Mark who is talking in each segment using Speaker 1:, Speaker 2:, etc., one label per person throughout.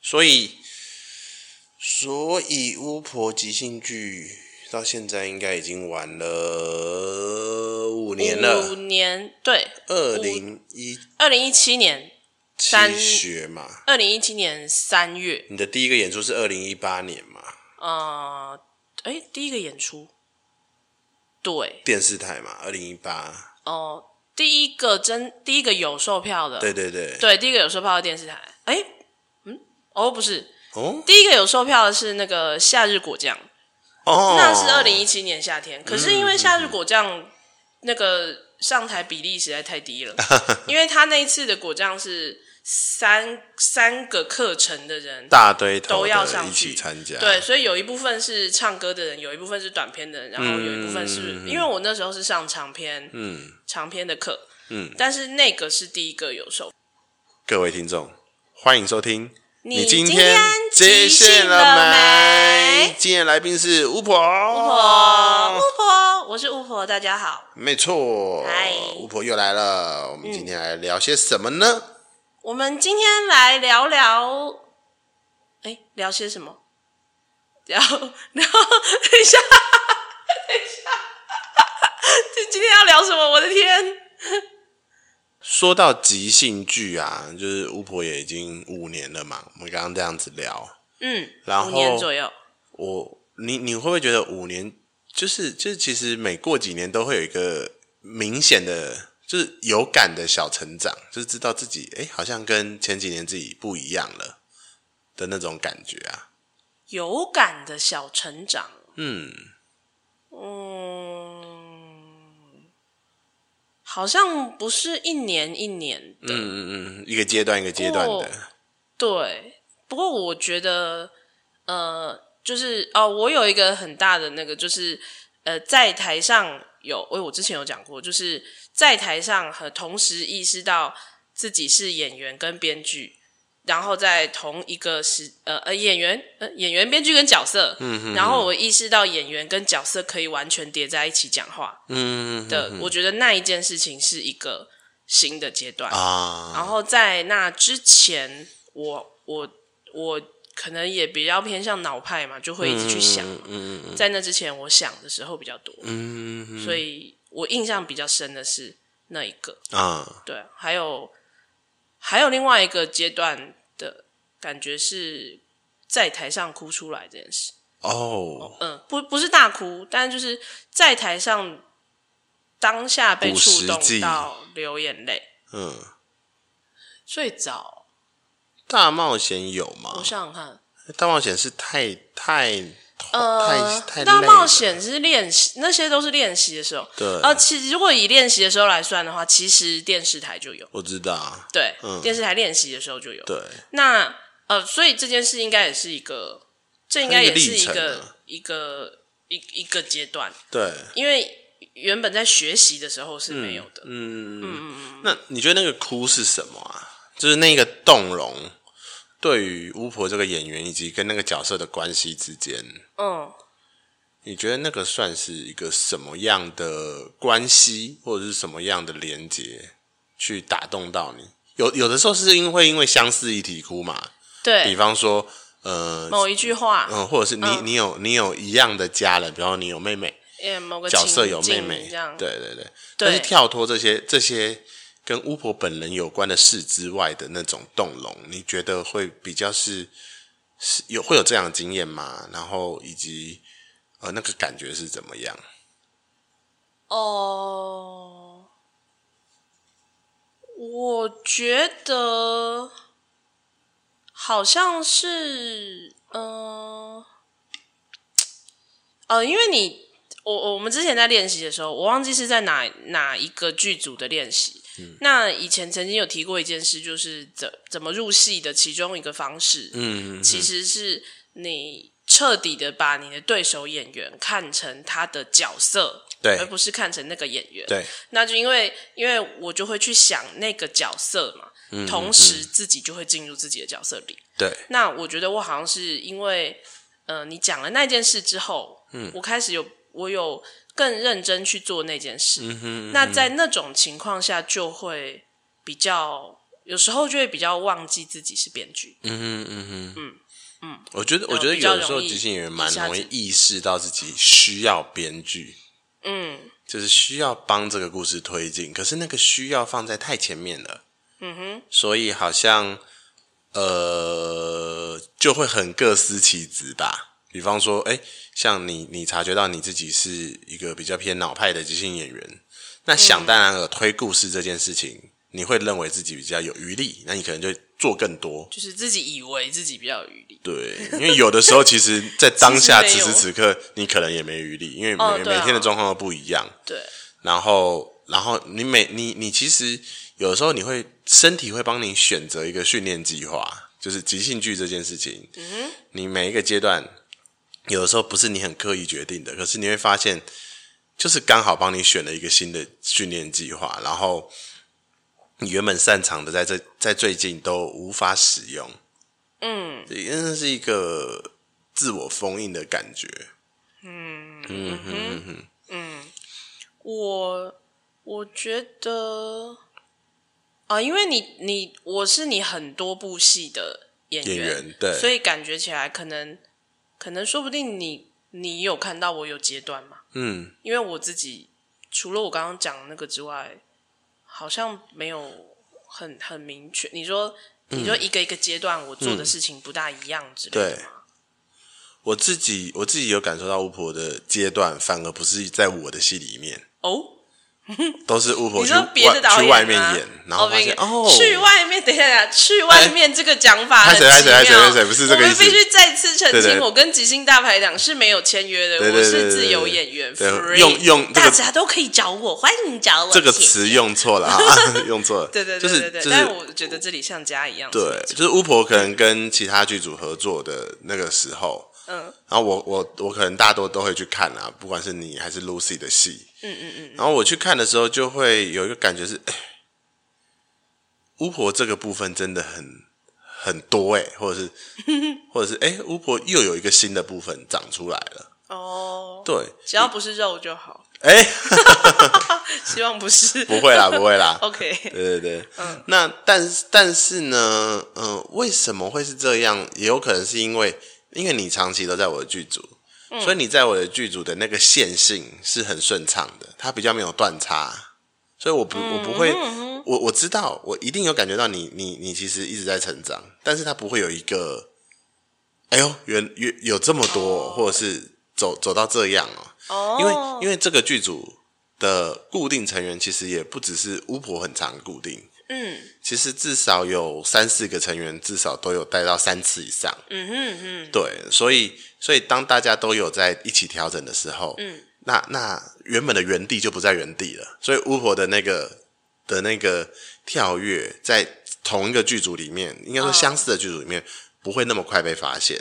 Speaker 1: 所以，所以巫婆即兴剧到现在应该已经玩了五年
Speaker 2: 五
Speaker 1: 了，
Speaker 2: 年对，
Speaker 1: 二零一
Speaker 2: 二零一七年，
Speaker 1: 七
Speaker 2: 三
Speaker 1: 学嘛，
Speaker 2: 二零一七年三月，
Speaker 1: 你的第一个演出是二零一八年嘛，
Speaker 2: 呃，哎，第一个演出，对，
Speaker 1: 电视台嘛，二零一八，
Speaker 2: 哦、第一个真第一个有售票的，
Speaker 1: 对对对，
Speaker 2: 对，第一个有售票的电视台，哎，嗯，哦，不是，
Speaker 1: 哦
Speaker 2: 第一个有售票的是那个夏日果酱，
Speaker 1: 哦，
Speaker 2: 那是二零一七年夏天，可是因为夏日果酱那个上台比例实在太低 了，因为他那一次的果酱是三三个课程的人。
Speaker 1: 大堆头
Speaker 2: 都要
Speaker 1: 的
Speaker 2: 上
Speaker 1: 一
Speaker 2: 去
Speaker 1: 起参加，
Speaker 2: 对，，所以有一部分是唱歌的人，有一部分是短片的人，然后有一部分是、因为我那时候是上长篇，
Speaker 1: 嗯，
Speaker 2: 长篇的课，
Speaker 1: 嗯，
Speaker 2: 但是那个是第一个有手。
Speaker 1: 各位听众，欢迎收听。
Speaker 2: 你
Speaker 1: 今
Speaker 2: 今天
Speaker 1: 接
Speaker 2: 即
Speaker 1: 线
Speaker 2: 兴
Speaker 1: 了
Speaker 2: 了
Speaker 1: 没
Speaker 2: 没？
Speaker 1: 今天来宾是巫婆，巫
Speaker 2: 哦，巫婆，我是巫婆，大家好。
Speaker 1: 没错
Speaker 2: 嗨，
Speaker 1: 巫婆又来了。我们今天来聊些什么呢？
Speaker 2: 我们今天来聊聊，哎，聊些什么？聊聊，等一下，等一下，这今天要聊什么？我的天！
Speaker 1: 说到即兴剧啊，就是巫婆也已经五年了嘛。我们刚刚这样子聊，
Speaker 2: 嗯，
Speaker 1: 然后
Speaker 2: 五年左右，
Speaker 1: 我你你会不会觉得五年就是就是其实每过几年都会有一个明显的，就是有感的小成长，就是知道自己哎、诶好像跟前几年自己不一样了的那种感觉啊。
Speaker 2: 有感的小成长。
Speaker 1: 嗯，
Speaker 2: 嗯，好像不是一年一年的，
Speaker 1: 嗯嗯嗯，一个阶段一个阶段
Speaker 2: 哦
Speaker 1: 的，
Speaker 2: 对。不过我觉得，呃，就是哦，我有一个很大的那个，就是呃，在台上有，因为我之前有讲过，就是在台上和同时意识到自己是演员跟编剧。然后在同一个时呃呃演员呃演员编剧跟角色，嗯然后我意识到演员跟角色可以完全叠在一起讲话
Speaker 1: 嗯
Speaker 2: 的，我觉得那一件事情是一个新的阶段
Speaker 1: 啊，
Speaker 2: 然后在那之前，我我我可能也比较偏向脑派嘛，就会一直去想。
Speaker 1: 嗯嗯
Speaker 2: 在那之前，我想的时候比较多，
Speaker 1: 嗯嗯
Speaker 2: 所以我印象比较深的是那一个。
Speaker 1: 啊，
Speaker 2: 对啊，还有还有另外一个阶段的感觉是在台上哭出来这件事。
Speaker 1: 哦，
Speaker 2: 嗯，不不是大哭，但就是在台上当下被
Speaker 1: 补
Speaker 2: 触
Speaker 1: 实
Speaker 2: 动
Speaker 1: 际
Speaker 2: 到流眼泪。
Speaker 1: 嗯，
Speaker 2: 最早
Speaker 1: 大冒险有吗
Speaker 2: 我？想想看，
Speaker 1: 大冒险是太太
Speaker 2: 呃，
Speaker 1: 太太
Speaker 2: 大
Speaker 1: 累
Speaker 2: 冒
Speaker 1: 了
Speaker 2: 险是练习，那些都是练习的时候。
Speaker 1: 对
Speaker 2: 呃，其实如果以练习的时候来算的话，其实电视台就有，
Speaker 1: 我知道，
Speaker 2: 对，
Speaker 1: 嗯
Speaker 2: 电视台练习的时候就有。
Speaker 1: 对，
Speaker 2: 那呃，所以这件事应该也是一个，这应该也是一
Speaker 1: 它是一个历程
Speaker 2: 个
Speaker 1: 啊
Speaker 2: 一个一一个阶段，
Speaker 1: 对，
Speaker 2: 因为原本在学习的时候是没有的。
Speaker 1: 嗯嗯，那你觉得那个哭是什么啊？就是那个动容，对于巫婆这个演员以及跟那个角色的关系之间，
Speaker 2: 嗯
Speaker 1: 你觉得那个算是一个什么样的关系，或者是什么样的连接，去打动到你？有有的时候是因为因为相似一体哭嘛，比
Speaker 2: 对，
Speaker 1: 方说，呃，
Speaker 2: 某一句话，
Speaker 1: 嗯，或者是你、你有你有一样的家人，比方说你有妹妹，
Speaker 2: 也某个
Speaker 1: 角色有
Speaker 2: 情
Speaker 1: 妹
Speaker 2: 境
Speaker 1: 妹
Speaker 2: 这样，，
Speaker 1: 对对对，但是跳脱这些这些跟巫婆本人有关的事之外的那种动容，你觉得会比较是是有会有这样的经验吗？然后以及呃那个感觉是怎么样？
Speaker 2: 哦，我觉得好像是，嗯、呃，因为你，我我们之前在练习的时候，我忘记是在哪哪一个剧组的练习。
Speaker 1: 嗯
Speaker 2: 那以前曾经有提过一件事，就是怎怎么入戏的其中一个方式，
Speaker 1: 嗯
Speaker 2: 其实是你彻底的把你的对手演员看成他的角色，
Speaker 1: 对
Speaker 2: 而不是看成那个演员。
Speaker 1: 对，
Speaker 2: 那就因为因为我就会去想那个角色嘛，
Speaker 1: 嗯
Speaker 2: 同时自己就会进入自己的角色里。
Speaker 1: 对，
Speaker 2: 那我觉得我好像是因为，呃，你讲了那件事之后，嗯，我开始有我有更认真去做那件事。
Speaker 1: 嗯哼，
Speaker 2: 那在那种情况下，就会比较有时候就会比较忘记自己是编剧。
Speaker 1: 嗯哼嗯哼
Speaker 2: 嗯嗯，
Speaker 1: 我觉得
Speaker 2: 就
Speaker 1: 我觉得
Speaker 2: 比较
Speaker 1: 有时候
Speaker 2: 容易
Speaker 1: 即兴演员蛮
Speaker 2: 一下
Speaker 1: 容易
Speaker 2: 子
Speaker 1: 意识到自己需要编剧，
Speaker 2: 嗯
Speaker 1: 就是需要帮这个故事推进，可是那个需要放在太前面了，
Speaker 2: 嗯哼，
Speaker 1: 所以好像呃就会很各司其职吧。比方说，哎、像你你察觉到你自己是一个比较偏脑派的即兴演员，那想当然了，推故事这件事情，你会认为自己比较有余力，那你可能就做更多。
Speaker 2: 就是自己以为自己比较有余力。
Speaker 1: 对，因为有的时候，其实，在当下此
Speaker 2: 其实没有
Speaker 1: 时此刻，你可能也没余力，因为每、
Speaker 2: 哦对
Speaker 1: 每
Speaker 2: 啊
Speaker 1: 天的状况都不一样。
Speaker 2: 对，
Speaker 1: 然后，然后你每你你其实有的时候你会身体会帮你选择一个训练计划，就是即兴剧这件事情。嗯、你每一个阶段，有的时候不是你很刻意决定的，可是你会发现，就是刚好帮你选了一个新的训练计划，然后你原本擅长的在这在最近都无法使用。
Speaker 2: 嗯，
Speaker 1: 对，因为那是一个自我封印的感觉。
Speaker 2: 我我觉得啊，因为你你我是你很多部戏的演员，
Speaker 1: 演员对
Speaker 2: 所以感觉起来可能可能说不定你你有看到我有阶段嘛，
Speaker 1: 嗯，
Speaker 2: 因为我自己除了我刚刚讲的那个之外，好像没有很很明确。你说你说一个一个阶段我做的事情不大一样之类的
Speaker 1: 嗯对
Speaker 2: 吗？
Speaker 1: 我自己我自己有感受到巫婆的阶段，反而不是在我的戏里面，
Speaker 2: 哦，
Speaker 1: 都是巫婆
Speaker 2: 你
Speaker 1: 去
Speaker 2: 说别的导演、
Speaker 1: 外
Speaker 2: 啊、
Speaker 1: 去外面演，然后发现哦，哎
Speaker 2: 去外面，等一下，去外面这个讲法很
Speaker 1: 拍
Speaker 2: 奇
Speaker 1: 谁
Speaker 2: 妙。
Speaker 1: 拍谁拍谁拍谁不是这个意思
Speaker 2: 我们必须再次澄
Speaker 1: 对对
Speaker 2: 清，我跟即兴大排档是没有签约的，
Speaker 1: 对对对
Speaker 2: 我是自由演员
Speaker 1: 对对对
Speaker 2: ，free。
Speaker 1: 用用这个
Speaker 2: 大家都可以找我，欢迎找我。
Speaker 1: 这个
Speaker 2: 谢谢
Speaker 1: 词用错了 啊，用错了，
Speaker 2: 对对
Speaker 1: 就
Speaker 2: 对
Speaker 1: 是
Speaker 2: 对对，
Speaker 1: 就是
Speaker 2: 但我觉得这里像家一样。
Speaker 1: 对，就是巫婆可能跟其他剧组合作的那个时候，
Speaker 2: 嗯，
Speaker 1: 然后我我我可能大多都会去看啊，不管是你还是 Lucy 的戏，嗯嗯嗯，然后我去看的时候就会有一个感觉是，哎巫婆这个部分真的很很多哎、或者 是或者是哎、巫婆又有一个新的部分长出来了，
Speaker 2: 哦，
Speaker 1: 对，
Speaker 2: 只要不是肉就好，
Speaker 1: 哎、
Speaker 2: 希望不是。
Speaker 1: 不会啦，不会 啦
Speaker 2: OK，
Speaker 1: 对对对，嗯，那但是但是呢，嗯、为什么会是这样？也有可能是因为因为你长期都在我的剧组，所以你在我的剧组的那个线性是很顺畅的，它比较没有断差，所以我不我不会，我我知道我一定有感觉到你你你其实一直在成长，但是它不会有一个，哎呦，原原有这么多哦，或者是走走到这样哦，
Speaker 2: 哦，
Speaker 1: 因为因为这个剧组的固定成员其实也不只是巫婆很常固定，
Speaker 2: 嗯
Speaker 1: 其实至少有三四个成员至少都有带到三次以上。
Speaker 2: 嗯哼嗯
Speaker 1: 对，所以所以当大家都有在一起调整的时候，嗯，那那原本的原地就不在原地了，所以巫婆的那个的那个跳跃在同一个剧组里面，应该
Speaker 2: 哦
Speaker 1: 说相似的剧组里面、不会那么快被发现，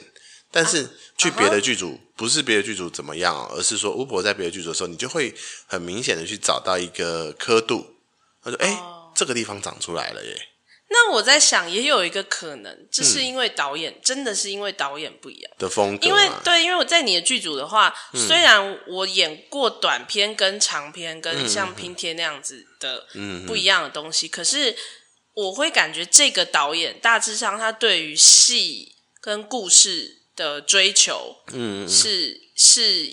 Speaker 1: 但是
Speaker 2: 啊
Speaker 1: 去别的剧组、不是别的剧组怎么样、哦，而是说巫婆在别的剧组的时候，你就会很明显的去找到一个刻度，他说哎、
Speaker 2: 哦
Speaker 1: 这个地方长出来了耶，
Speaker 2: 那我在想，也有一个可能，
Speaker 1: 嗯
Speaker 2: 这是因为导演、真的是因为导演不一样。
Speaker 1: 的风格嘛，啊
Speaker 2: 因为对，因为我在你的剧组的话，虽然我演过短片跟长片，跟像拼贴那样子的不一样的东西，可是我会感觉这个导演大致上他对于戏跟故事的追求，嗯，是是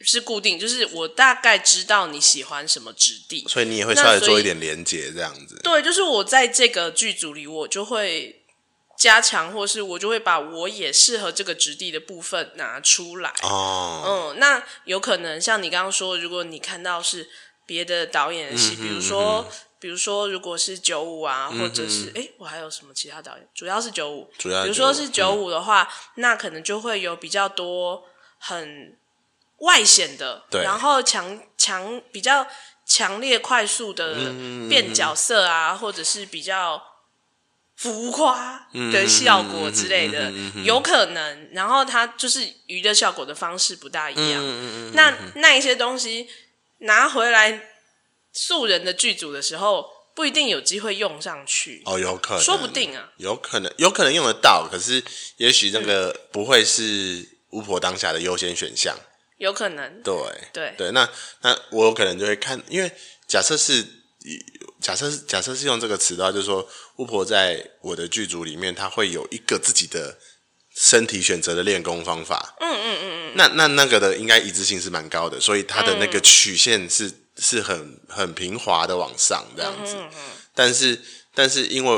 Speaker 2: 是固定，就是我大概知道你喜欢什么质地，
Speaker 1: 所以你也会
Speaker 2: 那
Speaker 1: 稍微
Speaker 2: 所
Speaker 1: 做一
Speaker 2: 以
Speaker 1: 点连接这样子。
Speaker 2: 对，就是我在这个剧组里，我就会加强，或是我就会把我也适合这个质地的部分拿出来。
Speaker 1: 哦，
Speaker 2: 嗯，那有可能像你刚刚说，如果你看到是别的导演的戏，比如说，比如说，如果是九五啊，或者是诶，我还有什么其他导演？主要是九五，
Speaker 1: 主要是嗯
Speaker 2: 比如说
Speaker 1: 95
Speaker 2: 是九五的话，那可能就会有比较多很外显的，
Speaker 1: 对
Speaker 2: 然后强强比较强烈、快速
Speaker 1: 嗯
Speaker 2: 的变角色啊，或者是比较浮夸
Speaker 1: 嗯
Speaker 2: 的效果之类的，有可能。然后它就是娱乐效果的方式不大一样。
Speaker 1: 嗯
Speaker 2: 那那一些东西拿回来素人的剧组的时候，不一定有机会用上去，
Speaker 1: 哦，有可能，
Speaker 2: 说不定啊。
Speaker 1: 有可能，有可能用得到，可是也许那个不会是巫婆当下的优先选项。
Speaker 2: 有可能。
Speaker 1: 对，
Speaker 2: 对
Speaker 1: 对，那那我有可能就会看，因为假设是假设是假设是用这个词的话，就是说巫婆在我的剧组里面，她会有一个自己的身体选择的练功方法。嗯嗯嗯嗯。嗯那那那个的应该一致性是蛮高的，所以它的那个曲线是、是很很平滑的往上这样子。但是但是因为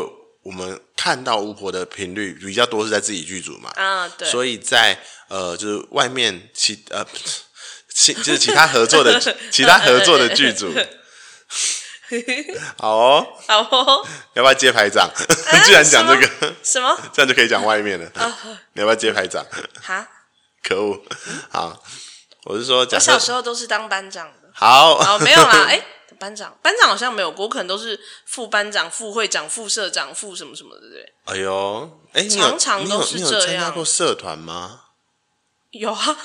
Speaker 1: 我们看到巫婆的频率比较多是在自己剧组嘛，
Speaker 2: 啊，对，
Speaker 1: 所以在呃，就是外面其呃，其就是其他合作 的其他合作的剧组，好哦，
Speaker 2: 好哦，
Speaker 1: 要不要接排长？ 居然讲这个，
Speaker 2: 哎什么哦
Speaker 1: 这样就可以讲外面了。你要不要接排长？
Speaker 2: 哈？
Speaker 1: 可恶！好，我是说假
Speaker 2: 我
Speaker 1: 设
Speaker 2: 小时候都是当班长的，
Speaker 1: 好，
Speaker 2: 哦，没有 啦，哎，班长，班长好像没有过，我可能都是副班长、副会长、副社长、副什么什么的，对不对？
Speaker 1: 哎呦，哎，你有
Speaker 2: 常常
Speaker 1: 你有
Speaker 2: 都是
Speaker 1: 你有
Speaker 2: 这
Speaker 1: 参加
Speaker 2: 样
Speaker 1: 过社团吗？
Speaker 2: 有啊，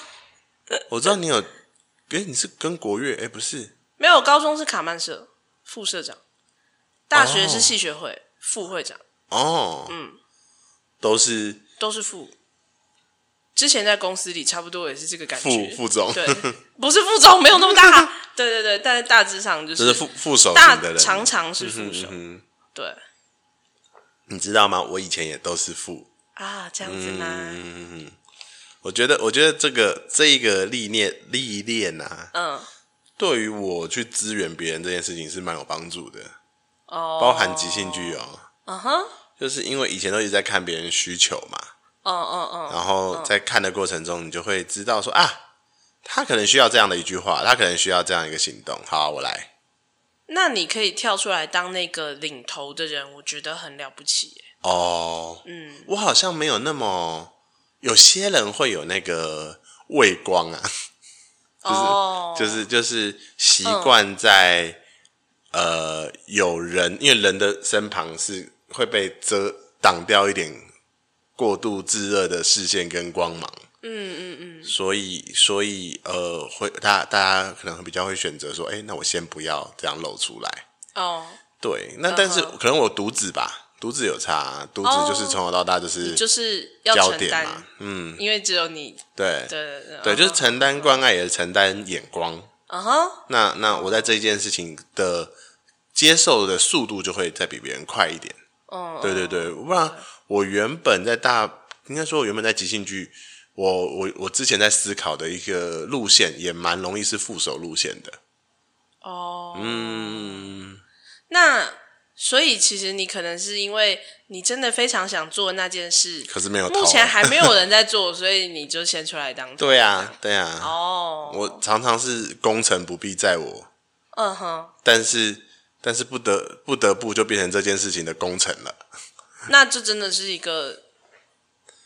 Speaker 1: 我知道你有，哎，你是跟国乐，哎，不是，
Speaker 2: 没有，高中是卡曼社副社长，大学是系学会、副会长，
Speaker 1: 哦，嗯，都是
Speaker 2: 都是副。之前在公司里差不多也是这个感
Speaker 1: 副
Speaker 2: 觉，
Speaker 1: 副总，
Speaker 2: 对，不是副总，没有那么大，对对对，但是大致上 就
Speaker 1: 就是是副副手
Speaker 2: 大
Speaker 1: 型的人，
Speaker 2: 常常是副手，
Speaker 1: 嗯
Speaker 2: 对
Speaker 1: 你知道吗？我以前也都是副。
Speaker 2: 啊，这样子吗？
Speaker 1: 嗯我觉得，我觉得这个这一个历练历练啊，
Speaker 2: 嗯，
Speaker 1: 对于我去支援别人这件事情是蛮有帮助的，
Speaker 2: 哦，
Speaker 1: 包含即兴剧哦，
Speaker 2: 嗯哼，
Speaker 1: 就是因为以前都一直在看别人需求嘛，
Speaker 2: 嗯嗯嗯，
Speaker 1: 然后在看的过程中，你就会知道说啊，他可能需要这样的一句话，他可能需要这样一个行动。好，啊我来。
Speaker 2: 那你可以跳出来当那个领头的人，我觉得很了不起耶。
Speaker 1: 哦，嗯，我好像没有那么，有些人会有那个畏光啊。
Speaker 2: 哦，
Speaker 1: 就是就是习惯在、呃有人，因为人的身旁是会被遮挡掉一点过度炙热的视线跟光芒。嗯嗯嗯。所以所以呃，会大家大家可能会比较会选择说，哎、那我先不要这样露出来。
Speaker 2: 哦，
Speaker 1: 对，那但是
Speaker 2: 嗯哼
Speaker 1: 可能我独子吧，独子有差、啊独子就是从小到大哦就是
Speaker 2: 就是要
Speaker 1: 焦
Speaker 2: 承
Speaker 1: 点嘛
Speaker 2: 担，，
Speaker 1: 嗯，
Speaker 2: 因为只有你，
Speaker 1: 对嗯
Speaker 2: 对对
Speaker 1: 对，就是承担关爱，也是承担眼光。
Speaker 2: 嗯哼，
Speaker 1: 那那我在这件事情的接受的速度就会再比别人快一点。
Speaker 2: 嗯，
Speaker 1: 对对对，不然我原本在大，应该说我原本在即兴剧，我我我之前在思考的一个路线也蛮容易是副手路线的。
Speaker 2: 哦，
Speaker 1: 嗯，
Speaker 2: 那所以其实你可能是因为你真的非常想做那件事，
Speaker 1: 可是没有头啊。
Speaker 2: 目前还没有人在做，所以你就先出来当。
Speaker 1: 对啊，对啊，
Speaker 2: 哦，
Speaker 1: 我常常是功成不必在我，
Speaker 2: 嗯哼，
Speaker 1: 但是但是不得不得不就变成这件事情的功臣了。
Speaker 2: 那这真的是一个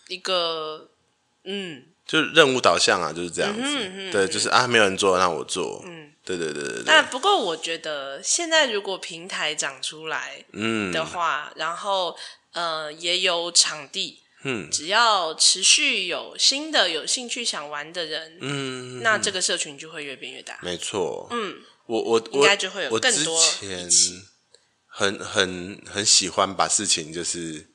Speaker 2: 一个嗯，
Speaker 1: 就是任务导向啊，就是这样子。对，就是啊，没有人做，让我做。嗯，对对对对对。
Speaker 2: 但不过我觉得现在如果平台长出来
Speaker 1: 嗯，
Speaker 2: 的话，然后呃也有场地，
Speaker 1: 嗯
Speaker 2: 只要持续有新的有兴趣想玩的人，
Speaker 1: 嗯，
Speaker 2: 那这个社群就会越变越大。
Speaker 1: 没错。嗯，我我我
Speaker 2: 啊应该就会有
Speaker 1: 我
Speaker 2: 更
Speaker 1: 之
Speaker 2: 多
Speaker 1: 前
Speaker 2: 一起
Speaker 1: 很很很喜欢把事情就是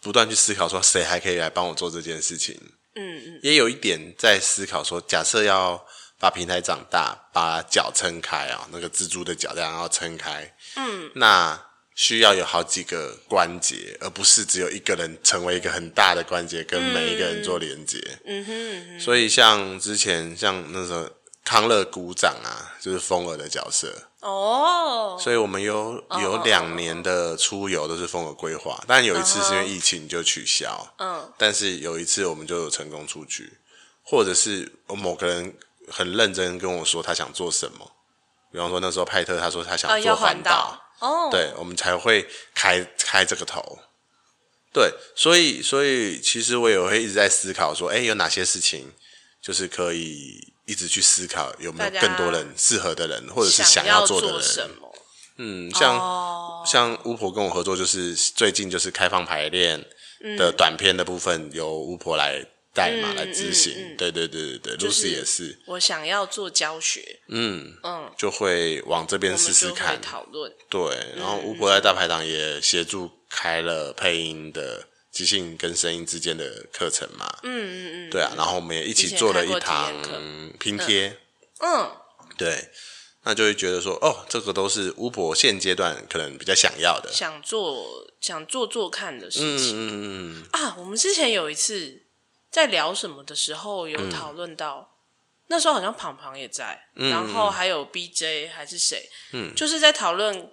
Speaker 1: 不断去思考，说谁还可以来帮我做这件事情。
Speaker 2: 嗯嗯
Speaker 1: 也有一点在思考说，假设要把平台长大，把脚撑开啊、那个蜘蛛的脚这样要撑开，嗯，那需要有好几个关节，而不是只有一个人成为一个很大的关节，跟每一个人做连接。
Speaker 2: 嗯哼嗯哼，
Speaker 1: 所以像之前像那时候康乐鼓掌啊，就是风儿的角色，
Speaker 2: 哦，
Speaker 1: 所以我们有有两年的出游都是风格规划，但有一次是因为疫情就取消。
Speaker 2: 嗯，
Speaker 1: 但是有一次我们就有成功出去，或者是某个人很认真跟我说他想做什么，比方说那时候派特他说他
Speaker 2: 呃
Speaker 1: 想做
Speaker 2: 要环
Speaker 1: 岛，
Speaker 2: 哦，，
Speaker 1: 对我们才会开开这个头。对，所以所以其实我也会一直在思考说，哎，有哪些事情就是可以一直去思考有没有
Speaker 2: 大家
Speaker 1: 更多人适合的人，或者是
Speaker 2: 想
Speaker 1: 要
Speaker 2: 做
Speaker 1: 的人，
Speaker 2: 什么？
Speaker 1: 嗯，像、
Speaker 2: 哦
Speaker 1: 像巫婆跟我合作，就是最近就是开放排练的短片的部分由巫婆来带嘛，
Speaker 2: 嗯
Speaker 1: 来执行。对对对对对，露
Speaker 2: 是
Speaker 1: 丝也是，
Speaker 2: 我想要做教学，
Speaker 1: 嗯，
Speaker 2: 嗯，
Speaker 1: 就会往这
Speaker 2: 我
Speaker 1: 边
Speaker 2: 们
Speaker 1: 试试
Speaker 2: 就会
Speaker 1: 看。
Speaker 2: 讨论。
Speaker 1: 对，然
Speaker 2: 嗯
Speaker 1: 后巫婆在大排档也协助开了配音的即兴跟声音之间的课程嘛。
Speaker 2: 嗯嗯嗯
Speaker 1: 对啊，然后我们也一起
Speaker 2: 以前
Speaker 1: 做
Speaker 2: 开
Speaker 1: 了一
Speaker 2: 过体
Speaker 1: 堂
Speaker 2: 验课
Speaker 1: 拼贴。
Speaker 2: 嗯，
Speaker 1: 对，那就会觉得说，哦，这个都是巫婆现阶段可能比较想要的。
Speaker 2: 想做想做做看的
Speaker 1: 嗯
Speaker 2: 事情、
Speaker 1: 嗯嗯
Speaker 2: 啊。我们之前有一次在聊什么的时候，
Speaker 1: 嗯
Speaker 2: 有讨论到、那时候好像庞庞也在，然
Speaker 1: 嗯
Speaker 2: 后还有 BJ 还是谁，嗯，就是在讨论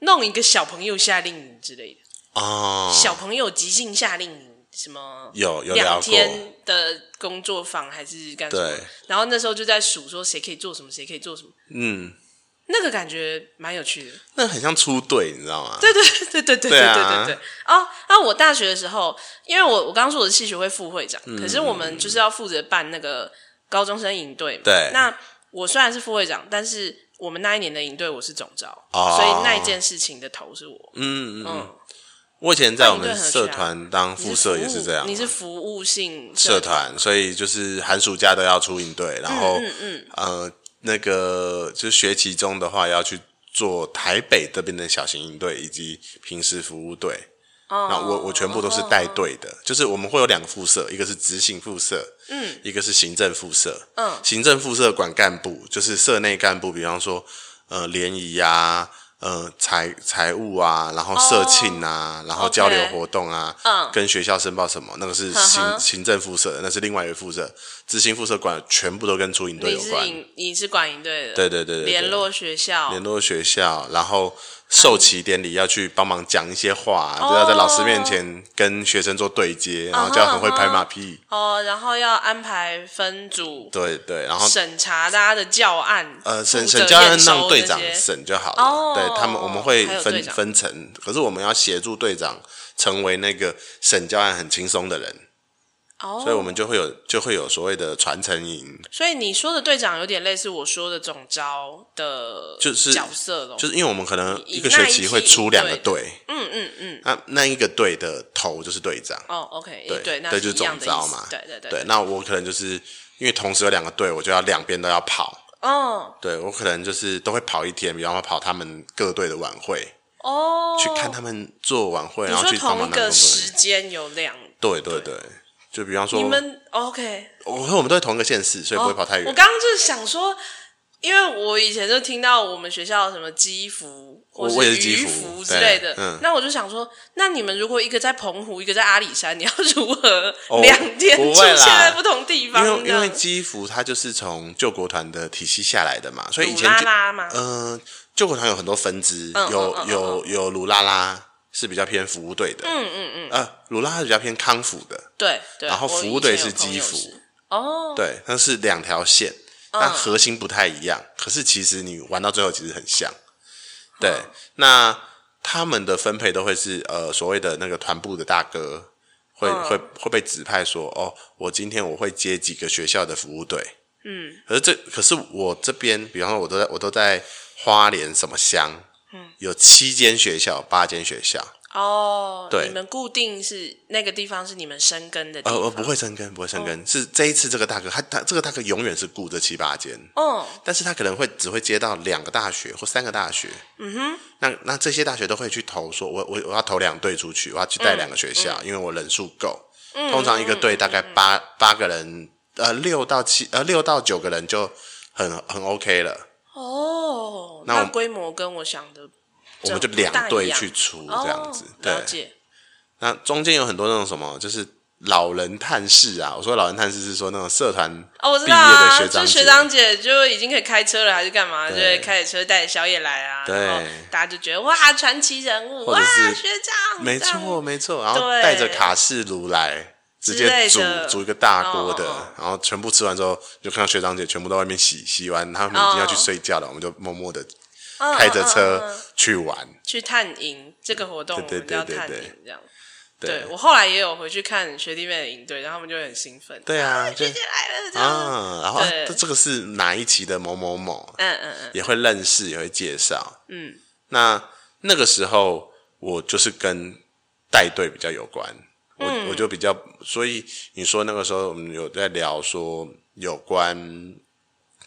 Speaker 2: 弄一个小朋友夏令营之类的，
Speaker 1: 嗯，哦，
Speaker 2: 小朋友即兴夏令营什么。
Speaker 1: 有有聊
Speaker 2: 两
Speaker 1: 过，
Speaker 2: 天的工作坊还是干什么
Speaker 1: 对？
Speaker 2: 然后那时候就在数说谁可以做什么，谁可以做什么，
Speaker 1: 嗯，
Speaker 2: 那个感觉蛮有趣的。
Speaker 1: 那很像出队，你知道吗？
Speaker 2: 对对对对对对
Speaker 1: 对啊
Speaker 2: 对对对。哦，那我大学的时候，因为我我刚刚说我是戏学会副会长，
Speaker 1: 嗯
Speaker 2: 可是我们就是要负责办那个高中生营队嘛。
Speaker 1: 对
Speaker 2: 那我虽然是副会长，但是我们那一年的营队我是总招，
Speaker 1: 哦
Speaker 2: 所以那一件事情的头是我。
Speaker 1: 嗯嗯嗯。
Speaker 2: 嗯，
Speaker 1: 我以前在我
Speaker 2: 那
Speaker 1: 们
Speaker 2: 你对何
Speaker 1: 社
Speaker 2: 去啊
Speaker 1: 团当
Speaker 2: 你
Speaker 1: 副社也
Speaker 2: 服
Speaker 1: 是
Speaker 2: 务
Speaker 1: 这样啊，
Speaker 2: 你是服务性
Speaker 1: 社，团，所以就是寒暑假都要出营队，然后
Speaker 2: 嗯嗯
Speaker 1: 呃，那个就是学期中的话要去做台北这边的小型营队以及平时服务队。
Speaker 2: 哦
Speaker 1: 那我我全部都是带队的，就是我们会有两个副社，一个是执行副社，嗯，一个是行政副社，
Speaker 2: 嗯
Speaker 1: 行政副社管干部，就是社内干部，比方说呃联谊啊，呃财财务啊，然后社庆啊，然后交流
Speaker 2: 哦 OK
Speaker 1: 活动啊，
Speaker 2: 嗯
Speaker 1: 跟学校申报什么，那个是
Speaker 2: 呵
Speaker 1: 行、
Speaker 2: 呵
Speaker 1: 行政副社的，那是另外一个副社，执行副社管全部都跟出营队
Speaker 2: 你
Speaker 1: 有
Speaker 2: 是
Speaker 1: 关，
Speaker 2: 营你是管营队的，
Speaker 1: 对对对对对
Speaker 2: 联络学校，
Speaker 1: 联络学校，然后授旗典礼要去帮忙讲一些话，啊
Speaker 2: 哦
Speaker 1: 就要在老师面前跟学生做对
Speaker 2: 啊
Speaker 1: 接，然后就要很会拍马屁。
Speaker 2: 哦，然后要安排分组
Speaker 1: 对对，然后
Speaker 2: 审查大家的教案，
Speaker 1: 呃，
Speaker 2: 负
Speaker 1: 沈
Speaker 2: 责
Speaker 1: 沈教
Speaker 2: 验
Speaker 1: 练
Speaker 2: 收
Speaker 1: 让队
Speaker 2: 这
Speaker 1: 长
Speaker 2: 些
Speaker 1: 审就好了。
Speaker 2: 哦
Speaker 1: 对他们，我们会
Speaker 2: 还有队
Speaker 1: 分
Speaker 2: 长
Speaker 1: 分层，可是我们要协助队长成为那个沈教练很轻松的人，
Speaker 2: 哦，
Speaker 1: 所以我们就会有就会有所谓的传承营，
Speaker 2: 所以你说的队长有点类似我说的总招的，
Speaker 1: 就是
Speaker 2: 角色咯。
Speaker 1: 就是因为我们可能
Speaker 2: 以
Speaker 1: 一个
Speaker 2: 那
Speaker 1: 学
Speaker 2: 一
Speaker 1: 期
Speaker 2: 期
Speaker 1: 会出两个
Speaker 2: 对
Speaker 1: 队，
Speaker 2: 嗯嗯嗯，
Speaker 1: 那那一个队的头就是队长。
Speaker 2: 哦，OK，
Speaker 1: 对
Speaker 2: 对，那
Speaker 1: 对，
Speaker 2: 是
Speaker 1: 就
Speaker 2: 一
Speaker 1: 是总
Speaker 2: 样的意
Speaker 1: 招
Speaker 2: 思
Speaker 1: 嘛，
Speaker 2: 对对对
Speaker 1: 对，那我可能就是因为同时有两个队，我就要两边都要跑，
Speaker 2: 哦
Speaker 1: 对我可能就是都会跑一天，比方说跑他们各队的晚会，
Speaker 2: 哦，
Speaker 1: 去看他们做晚会，
Speaker 2: 你
Speaker 1: 然后
Speaker 2: 说
Speaker 1: 去帮
Speaker 2: 同
Speaker 1: 忙
Speaker 2: 一
Speaker 1: 那个
Speaker 2: 个
Speaker 1: 工作人
Speaker 2: 时
Speaker 1: 员。
Speaker 2: 间有两，
Speaker 1: 对对对，就比方说
Speaker 2: 你，们 OK，
Speaker 1: 我和我们都在同一个县市，所以不会跑太
Speaker 2: 我
Speaker 1: 远。
Speaker 2: 刚刚就是想说，因为我以前就听到我们学校什么基服或
Speaker 1: 我我也是基
Speaker 2: 渔
Speaker 1: 服
Speaker 2: 服
Speaker 1: 对
Speaker 2: 之类的，
Speaker 1: 嗯
Speaker 2: 那我就想说，那你们如果一个在澎湖，一个在阿里山，你要如何
Speaker 1: 哦
Speaker 2: 两天
Speaker 1: 不
Speaker 2: 出
Speaker 1: 会啦
Speaker 2: 现在不同地
Speaker 1: 因
Speaker 2: 方？
Speaker 1: 为
Speaker 2: 这
Speaker 1: 因
Speaker 2: 样
Speaker 1: 为基辅它就是从救国团的体系下来的嘛，所以以
Speaker 2: 鲁
Speaker 1: 前
Speaker 2: 拉
Speaker 1: 就
Speaker 2: 拉吗？
Speaker 1: 嗯，救国团有很多分支，
Speaker 2: 嗯
Speaker 1: 有
Speaker 2: 嗯嗯
Speaker 1: 有有鲁拉拉是比较偏服务队的，嗯嗯嗯，呃，鲁拉拉是比较偏康复的，
Speaker 2: 对对，
Speaker 1: 然后
Speaker 2: 我
Speaker 1: 服
Speaker 2: 以
Speaker 1: 务队
Speaker 2: 前有
Speaker 1: 是
Speaker 2: 朋
Speaker 1: 基
Speaker 2: 友
Speaker 1: 辅
Speaker 2: 是嗯哦，
Speaker 1: 对，它是两条线，但核心不太一样。可是其实你玩到最后其实很像。
Speaker 2: 嗯
Speaker 1: 对，那他们的分配都会是呃所谓的那个团部的大哥会、
Speaker 2: 嗯
Speaker 1: 会会被指派说哦，我今天我会接几个学校的服务队。嗯，可是这可是我这边，比方说我都在我都在花莲什么乡，嗯，有七间学校，八间学校。
Speaker 2: 哦，
Speaker 1: 对
Speaker 2: 你们固定是那个地方是你们生根的地
Speaker 1: 呃，
Speaker 2: 方，
Speaker 1: 我不会生根，不会生
Speaker 2: 哦
Speaker 1: 根，是这一次这个大哥，他他这个大哥永远是顾这七八间。
Speaker 2: 哦，
Speaker 1: 但是他可能会只会接到两个大学或三个大学，嗯哼，那那这些大学都会去投说，我我我要投两队出去，我要去带
Speaker 2: 嗯
Speaker 1: 两个学校，因为我人数够，通常一个队大概八、八个人，呃六到七呃六到九个人就很很 OK 了，
Speaker 2: 哦，
Speaker 1: 那我
Speaker 2: 那规模跟我想的
Speaker 1: 我
Speaker 2: 这
Speaker 1: 们
Speaker 2: 样
Speaker 1: 就
Speaker 2: 不
Speaker 1: 两
Speaker 2: 大一
Speaker 1: 队
Speaker 2: 样
Speaker 1: 去出
Speaker 2: 哦
Speaker 1: 这样子，对
Speaker 2: 了，解。
Speaker 1: 那中间有很多那种什么就是。老人探视啊，我说老人探视是说那种社团
Speaker 2: 哦，我知
Speaker 1: 毕业
Speaker 2: 道啊，
Speaker 1: 的学
Speaker 2: 就
Speaker 1: 长
Speaker 2: 是
Speaker 1: 姐，
Speaker 2: 学长姐就已经可以开车了，还是干嘛？就
Speaker 1: 对
Speaker 2: 会开着车带着宵夜来啊，
Speaker 1: 对
Speaker 2: 然后大家就觉得哇，传奇人物，
Speaker 1: 或者
Speaker 2: 哇，
Speaker 1: 是
Speaker 2: 学长，
Speaker 1: 没
Speaker 2: 这样
Speaker 1: 错，，没错，然后
Speaker 2: 对
Speaker 1: 带着卡式炉来，直
Speaker 2: 之类
Speaker 1: 接煮
Speaker 2: 的
Speaker 1: 煮一个大锅的，
Speaker 2: 哦哦
Speaker 1: 然后全部吃完之后，就看到学长姐全部在外面洗洗完，他们已经要去睡觉了，我们就默默的
Speaker 2: 嗯
Speaker 1: 开着
Speaker 2: 嗯嗯嗯
Speaker 1: 车去玩。
Speaker 2: 去探营这个活动，我
Speaker 1: 对
Speaker 2: 们
Speaker 1: 对
Speaker 2: 叫
Speaker 1: 对
Speaker 2: 探
Speaker 1: 对
Speaker 2: 营这样。
Speaker 1: 对
Speaker 2: 我后来也有回去看学弟妹的营队，然后他们就很兴奋，
Speaker 1: 对啊，就
Speaker 2: 学姐来了这样，
Speaker 1: 啊，然后啊
Speaker 2: 对
Speaker 1: 这这个是哪一期的某某某，
Speaker 2: 嗯嗯嗯，
Speaker 1: 也会认识，也会介绍。
Speaker 2: 嗯，
Speaker 1: 那那个时候我就是跟带队比较有关，我、
Speaker 2: 嗯
Speaker 1: 我就比较，所以你说那个时候我们有在聊说有关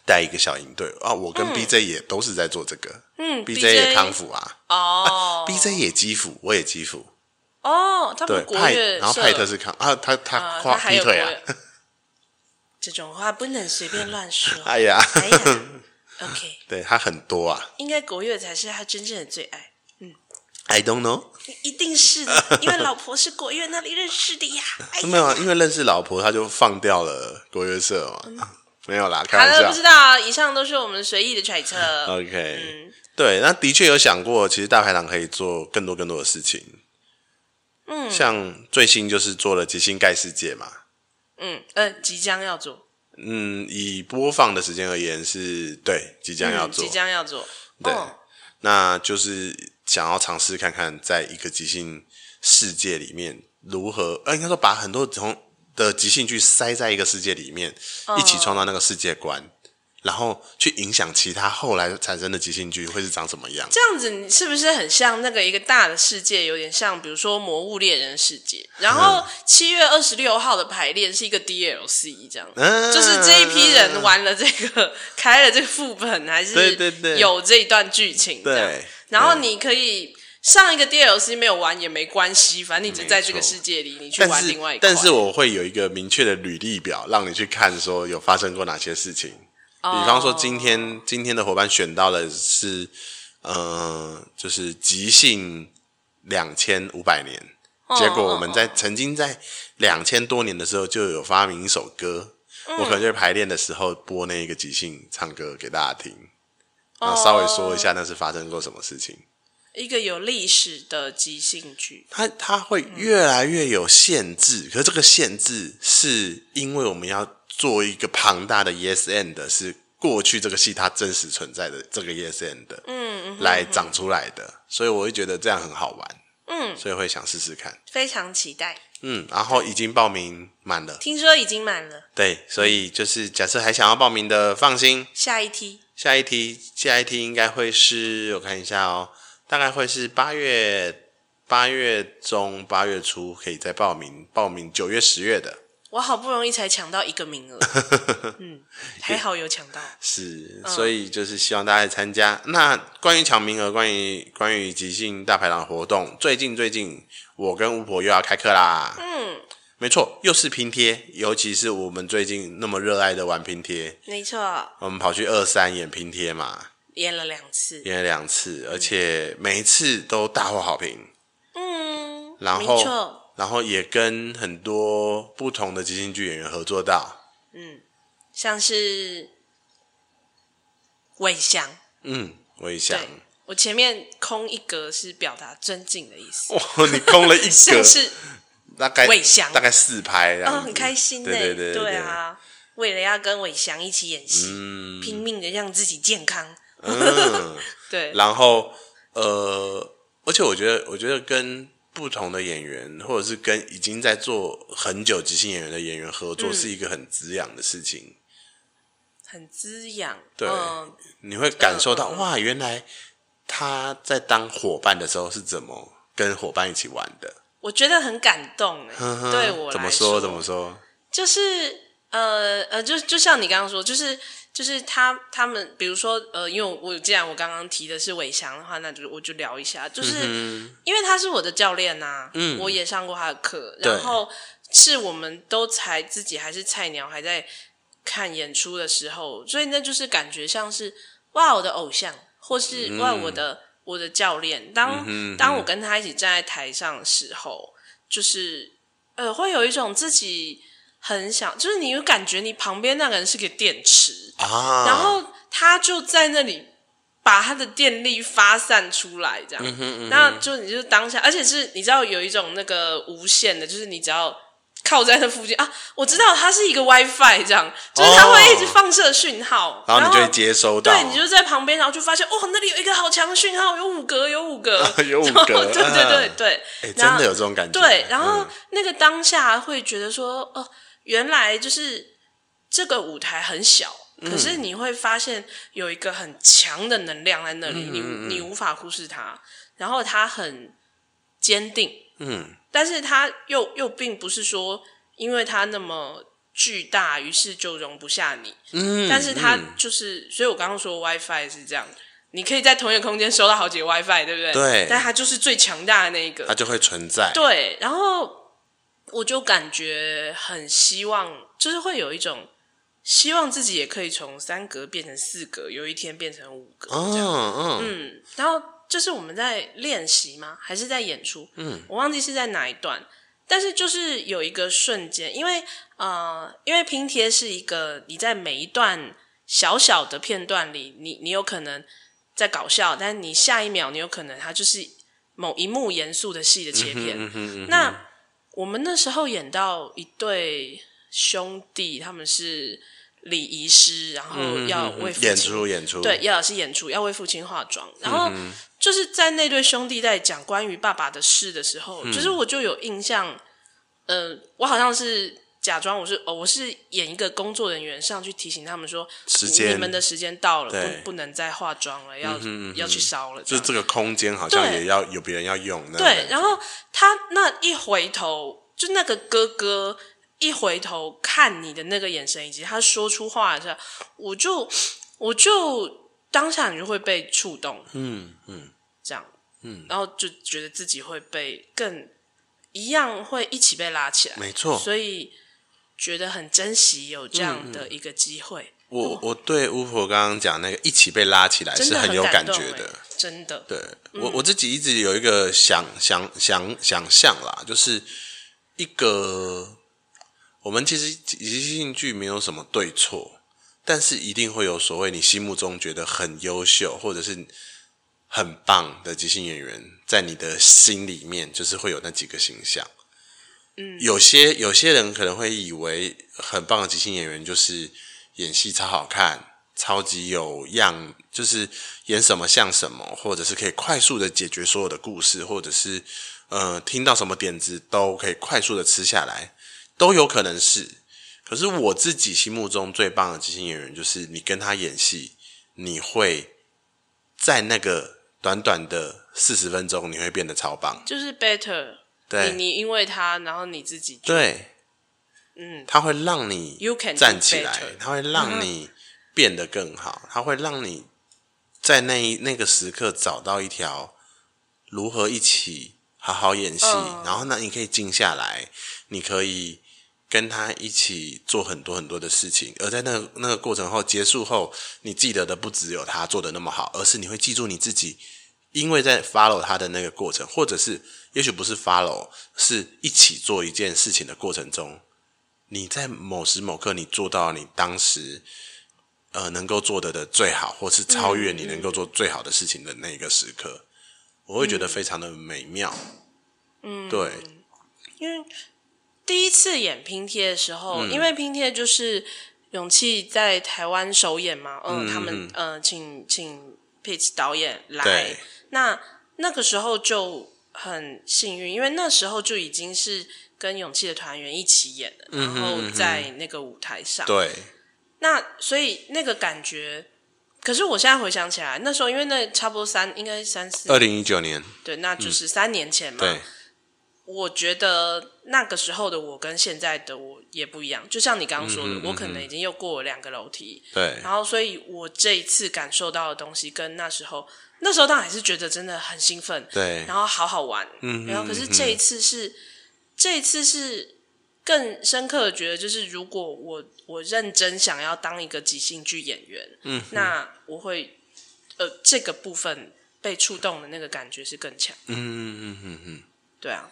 Speaker 1: 带一个小营队啊，我跟 BJ 也都是在做这个，
Speaker 2: 嗯
Speaker 1: ，BJ
Speaker 2: BJ
Speaker 1: 也康复啊
Speaker 2: 哦
Speaker 1: ，BJ 也基辅，我也基辅，
Speaker 2: 哦，他
Speaker 1: 对
Speaker 2: 们国
Speaker 1: 派，
Speaker 2: 乐
Speaker 1: 然后
Speaker 2: 社
Speaker 1: 派特是康啊，他他
Speaker 2: 啊
Speaker 1: 跨
Speaker 2: 那还
Speaker 1: 劈
Speaker 2: 有
Speaker 1: 腿啊
Speaker 2: 国，乐这种话不能随便乱说。
Speaker 1: 哎呀，
Speaker 2: 哎呀， OK，
Speaker 1: 对他很多啊
Speaker 2: 应该国乐才是他真正的最爱，
Speaker 1: ，I don't know。
Speaker 2: 一定 是的，因为老婆是国乐那里认识的呀。哎呀
Speaker 1: 没有啊，因为认识老婆，他就放掉了国乐社嘛。没有啦，开
Speaker 2: 嗯好了，
Speaker 1: 玩
Speaker 2: 不知
Speaker 1: 笑。
Speaker 2: 道啊，以上都是我们随意的揣测。
Speaker 1: OK，、对，
Speaker 2: 嗯
Speaker 1: 那的确有想过，其实大排档可以做更多更多的事情。嗯，像最新就是做了《即兴盖世界》嘛，
Speaker 2: 嗯呃，即将要做，
Speaker 1: 嗯，以播放的时间而言是，对，即将要
Speaker 2: 嗯
Speaker 1: 做。
Speaker 2: 即将要做，
Speaker 1: 对
Speaker 2: 哦
Speaker 1: 那就是想要尝试看看，在一个即兴世界里面如何，呃，应该说把很多从的即兴剧塞在一个世界里面，
Speaker 2: 嗯
Speaker 1: 一起创造那个世界观，然后去影响其他后来产生的即兴剧会是长什么样。
Speaker 2: 这样子你是不是很像那个一个大的世界，有点像比如说《魔物猎人》世界，然
Speaker 1: 嗯
Speaker 2: 后七月二十六号的排练是一个 DLC 这样，
Speaker 1: 嗯
Speaker 2: 就是这一批人玩了这个， 开了这个副本，还是
Speaker 1: 对对对
Speaker 2: 有这一段剧情这样
Speaker 1: 对
Speaker 2: 然后你可以。上一个 DLC 没有玩也没关系，反正你就在这个
Speaker 1: 没错
Speaker 2: 世界里，你去
Speaker 1: 但
Speaker 2: 玩
Speaker 1: 是
Speaker 2: 另外一，块。
Speaker 1: 但是我会有一个明确的履历表，让你去看，说有发生过哪些事情。
Speaker 2: 哦
Speaker 1: 比方说，今天今天的伙伴选到的是，呃，就是即兴两千五百年。结果我们在曾经在两千多年的时候就有发明一首歌，我可能就会排练的时候播那个即兴唱歌给大家听，然后稍微说一下那是发生过什么事情。
Speaker 2: 一个有历史的即兴剧，
Speaker 1: 它它会越来越有限制，可是这个限制是因为我们要做一个庞大的 yes and，是过去这个戏它真实存在的这个 yes and，嗯，来长出来的，所以我会觉得这样很好玩，嗯，所以会想试试看，
Speaker 2: 非常期待。
Speaker 1: 嗯，然后已经报名满了，
Speaker 2: 听说已经满了，
Speaker 1: 对，所以就是假设还想要报名的，放心，
Speaker 2: 下一梯。
Speaker 1: 下一题，下一题应该会是我看一下哦，大概会是八月八月中、八月初可以再报名，报名九月、十月的
Speaker 2: 我好不容易才抢到一个 名额，嗯，还好有抢到。
Speaker 1: 是，所以就是希望大家来参加。那关于抢名额，关于关于即兴大排档活动，最近最近我跟巫婆又要开课啦，嗯，没错，又是拼贴，尤其是我们最近那么热爱的玩拼贴，
Speaker 2: 没错，
Speaker 1: 我们跑去二三演拼贴嘛，
Speaker 2: 演了两次，
Speaker 1: 演了两次，而且每一次都大获好评。
Speaker 2: 嗯，
Speaker 1: 然
Speaker 2: 没
Speaker 1: 后
Speaker 2: 错，
Speaker 1: 然后也跟很多不同的即兴剧演员合作到，
Speaker 2: 像是魏翔，
Speaker 1: 嗯，我也想
Speaker 2: 对，我前面空一格是表达尊敬的意 思，
Speaker 1: 哇，你空了一格
Speaker 2: 像， 是
Speaker 1: 大概
Speaker 2: 魏翔
Speaker 1: 大概四拍这样子，
Speaker 2: 啊、很开心呢、
Speaker 1: 对对对
Speaker 2: 对，啊，为了要跟伟翔一起演戏，拼命的让自己健康，
Speaker 1: 嗯，
Speaker 2: 对，
Speaker 1: 然后呃，而且我觉得，我觉得跟不同的演员，或者是跟已经在做很久即兴演员的演员合
Speaker 2: 嗯
Speaker 1: 作，是一个很滋养的事情。
Speaker 2: 很滋养，
Speaker 1: 对
Speaker 2: 嗯，
Speaker 1: 你会感受到、
Speaker 2: 嗯嗯嗯
Speaker 1: 哇，原来他在当伙伴的时候是怎么跟伙伴一起玩的。
Speaker 2: 我觉得很感动哎、
Speaker 1: 嗯哼
Speaker 2: 对我来
Speaker 1: 怎么
Speaker 2: 说
Speaker 1: 怎么说？
Speaker 2: 就是呃呃，就就像你刚刚说，就是就是他他们，比如说呃，因为我我既然我刚刚提的是伟翔的话，那就我就聊一下，就是、因为他是我的教练呐、嗯，我也上过他的课，
Speaker 1: 对
Speaker 2: 然后是我们都才自己还是菜鸟，还在看演出的时候，所以那就是感觉像是哇，我的偶像，或是哇，我的、我的教练。当、当我跟他一起站在台上的时候，就是呃，会有一种自己很想，就是你有感觉你旁边那个人是个电池，
Speaker 1: 啊，
Speaker 2: 然后他就在那里把他的电力发散出来，这
Speaker 1: 嗯
Speaker 2: 样，那就你就当下，而且是你知道有一种那个无线的，就是你只要。靠在那附近啊！我知道它是一个 WiFi，这样就是它会一直放射讯号，
Speaker 1: 哦然后你就会接收到，
Speaker 2: 对，你就在旁边，然后就发现哦，那里有一个好强的讯号，有五格，有五格，
Speaker 1: 有五
Speaker 2: 然后
Speaker 1: 格
Speaker 2: 对对对
Speaker 1: 嗯
Speaker 2: 对，
Speaker 1: 哎
Speaker 2: 然
Speaker 1: 真
Speaker 2: 后
Speaker 1: 的有这种感觉。
Speaker 2: 对，然后
Speaker 1: 嗯
Speaker 2: 那个当下会觉得说，哦，原来就是这个舞台很小，
Speaker 1: 嗯
Speaker 2: 可是你会发现有一个很强的能量在那里，
Speaker 1: 嗯
Speaker 2: 你你无法忽视它，然后它很坚定，
Speaker 1: 嗯，
Speaker 2: 但是它又又并不是说因为它那么。巨大，于是就容不下你。
Speaker 1: 嗯
Speaker 2: 但是它就是，所以我刚刚说 WiFi 是这样，你可以在同一个空间收到好几个 WiFi，对不对？
Speaker 1: 对
Speaker 2: 但它就是最强大的那一个。
Speaker 1: 它就会存在。
Speaker 2: 对，然后我就感觉很希望，就是会有一种希望自己也可以从三格变成四格，有一天变成五格这样。
Speaker 1: 哦，嗯，
Speaker 2: 嗯，然后就是我们在练习吗？还是在演出？嗯，我忘记是在哪一段，但是就是有一个瞬间，因为呃，因为拼贴是一个你在每一段小小的片段里，你你有可能在搞笑，但是你下一秒你有可能它就是某一幕严肃的戏的切片。
Speaker 1: 嗯哼嗯哼，
Speaker 2: 那我们那时候演到一对兄弟，他们是礼仪师，然后
Speaker 1: 嗯
Speaker 2: 要为父亲
Speaker 1: 演出演出，嗯
Speaker 2: 对，，叶老师演出要为父亲化妆，然后就是在那对兄弟在讲关于爸爸的事的时候，就是
Speaker 1: 嗯
Speaker 2: 我就有印象，呃，我好像是假装我是哦，我是演一个工作人员上去提醒他们说，
Speaker 1: 时
Speaker 2: 你
Speaker 1: 间
Speaker 2: 们的时间到了，
Speaker 1: 对嗯
Speaker 2: 不不能再化妆了，要、要去烧了，这
Speaker 1: 就
Speaker 2: 样
Speaker 1: 是这个空间好像
Speaker 2: 对
Speaker 1: 也要有别人要用，那种
Speaker 2: 对
Speaker 1: 感，觉
Speaker 2: 然后他那一回头，就那个哥哥一回头看你的那个眼神，以及他说出话的时候，我就我就当下你就会被触动，
Speaker 1: 嗯嗯
Speaker 2: 这样，
Speaker 1: 嗯，
Speaker 2: 然后就觉得自己会被更一样会一起被拉起来，
Speaker 1: 没错，
Speaker 2: 所以觉得很珍惜有这样的一个机会，
Speaker 1: 我我对巫婆刚刚讲那个一起被拉起来
Speaker 2: 真
Speaker 1: 是
Speaker 2: 的
Speaker 1: 有
Speaker 2: 感
Speaker 1: 感
Speaker 2: 动
Speaker 1: 觉
Speaker 2: 欸
Speaker 1: 的，
Speaker 2: 真的，
Speaker 1: 对我我自己一直有一个想想想想象啦，就是一个我们其实即兴剧没有什么对错，但是一定会有所谓你心目中觉得很优秀或者是很棒的即兴演员，在你的心里面就是会有那几个形象。嗯，有些有些人可能会以为很棒的即兴演员就是演戏超好看，超级有样，就是演什么像什么，或者是可以快速的解决所有的故事，或者是呃听到什么点子都可以快速的吃下来，都有可能是。可是我自己心目中最棒的即兴演员，就是你跟他演戏，你会在那个短短的四十分钟，你会变得超棒。
Speaker 2: 就是 better，
Speaker 1: 对
Speaker 2: 你你因为他，然后你自己就
Speaker 1: 对，
Speaker 2: 嗯，
Speaker 1: 它会让你
Speaker 2: You can do
Speaker 1: 站起来
Speaker 2: better，
Speaker 1: 它会让你变得更好，它会让你在那一那个时刻找到一条如何一起好好演戏，
Speaker 2: 嗯
Speaker 1: 然后呢，你可以静下来，你可以跟他一起做很多很多的事情，而在那个那个过程后结束后，你记得的不只有他做的那么好，而是你会记住你自己，因为在 follow 他的那个过程，或者是也许不是 follow，是一起做一件事情的过程中，你在某时某刻你做到你当时。呃，能够做得的最好，或
Speaker 2: 嗯
Speaker 1: 是超越你能够做最好的事情的那个时刻，我会觉得非常的美妙。嗯，对，
Speaker 2: 因为第一次演拼贴的时候，因为拼贴就是勇气在台湾首演嘛，嗯，他们呃，请请 Pitts 导演来
Speaker 1: 对，
Speaker 2: 那那个时候就很幸运，因为那时候就已经是跟勇气的团员一起演了，然后在那个舞台上，
Speaker 1: 对，
Speaker 2: 那所以那个感觉。可是我现在回想起来，那时候因为那差不多三，应该三四
Speaker 1: 二，零一九年，
Speaker 2: 对，那就是三年前嘛。
Speaker 1: 呃对，
Speaker 2: 我觉得那个时候的我跟现在的我也不一样，就像你刚刚说的，我可能已经又过了两个楼梯，
Speaker 1: 对，
Speaker 2: 然后所以我这一次感受到的东西跟那时候，那时候当然还是觉得真的很兴奋，
Speaker 1: 对
Speaker 2: 然，后好好玩，嗯，然后可是这一次是，这一次是更深刻的觉得，就是如果我我认真想要当一个即兴剧演员，嗯，那我会呃这个部分被触动的那个感觉是更强。
Speaker 1: 嗯嗯嗯嗯
Speaker 2: 对啊，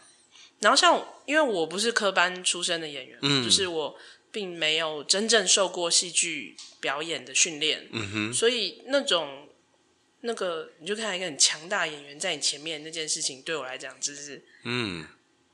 Speaker 2: 然后像我因为我不是科班出身的演员嘛，就是我并没有真正受过戏剧表演的训练，嗯哼，所以那种那个你就看到一个很强大的演员在你前面那件事情，对我来讲真是
Speaker 1: 嗯，嗯，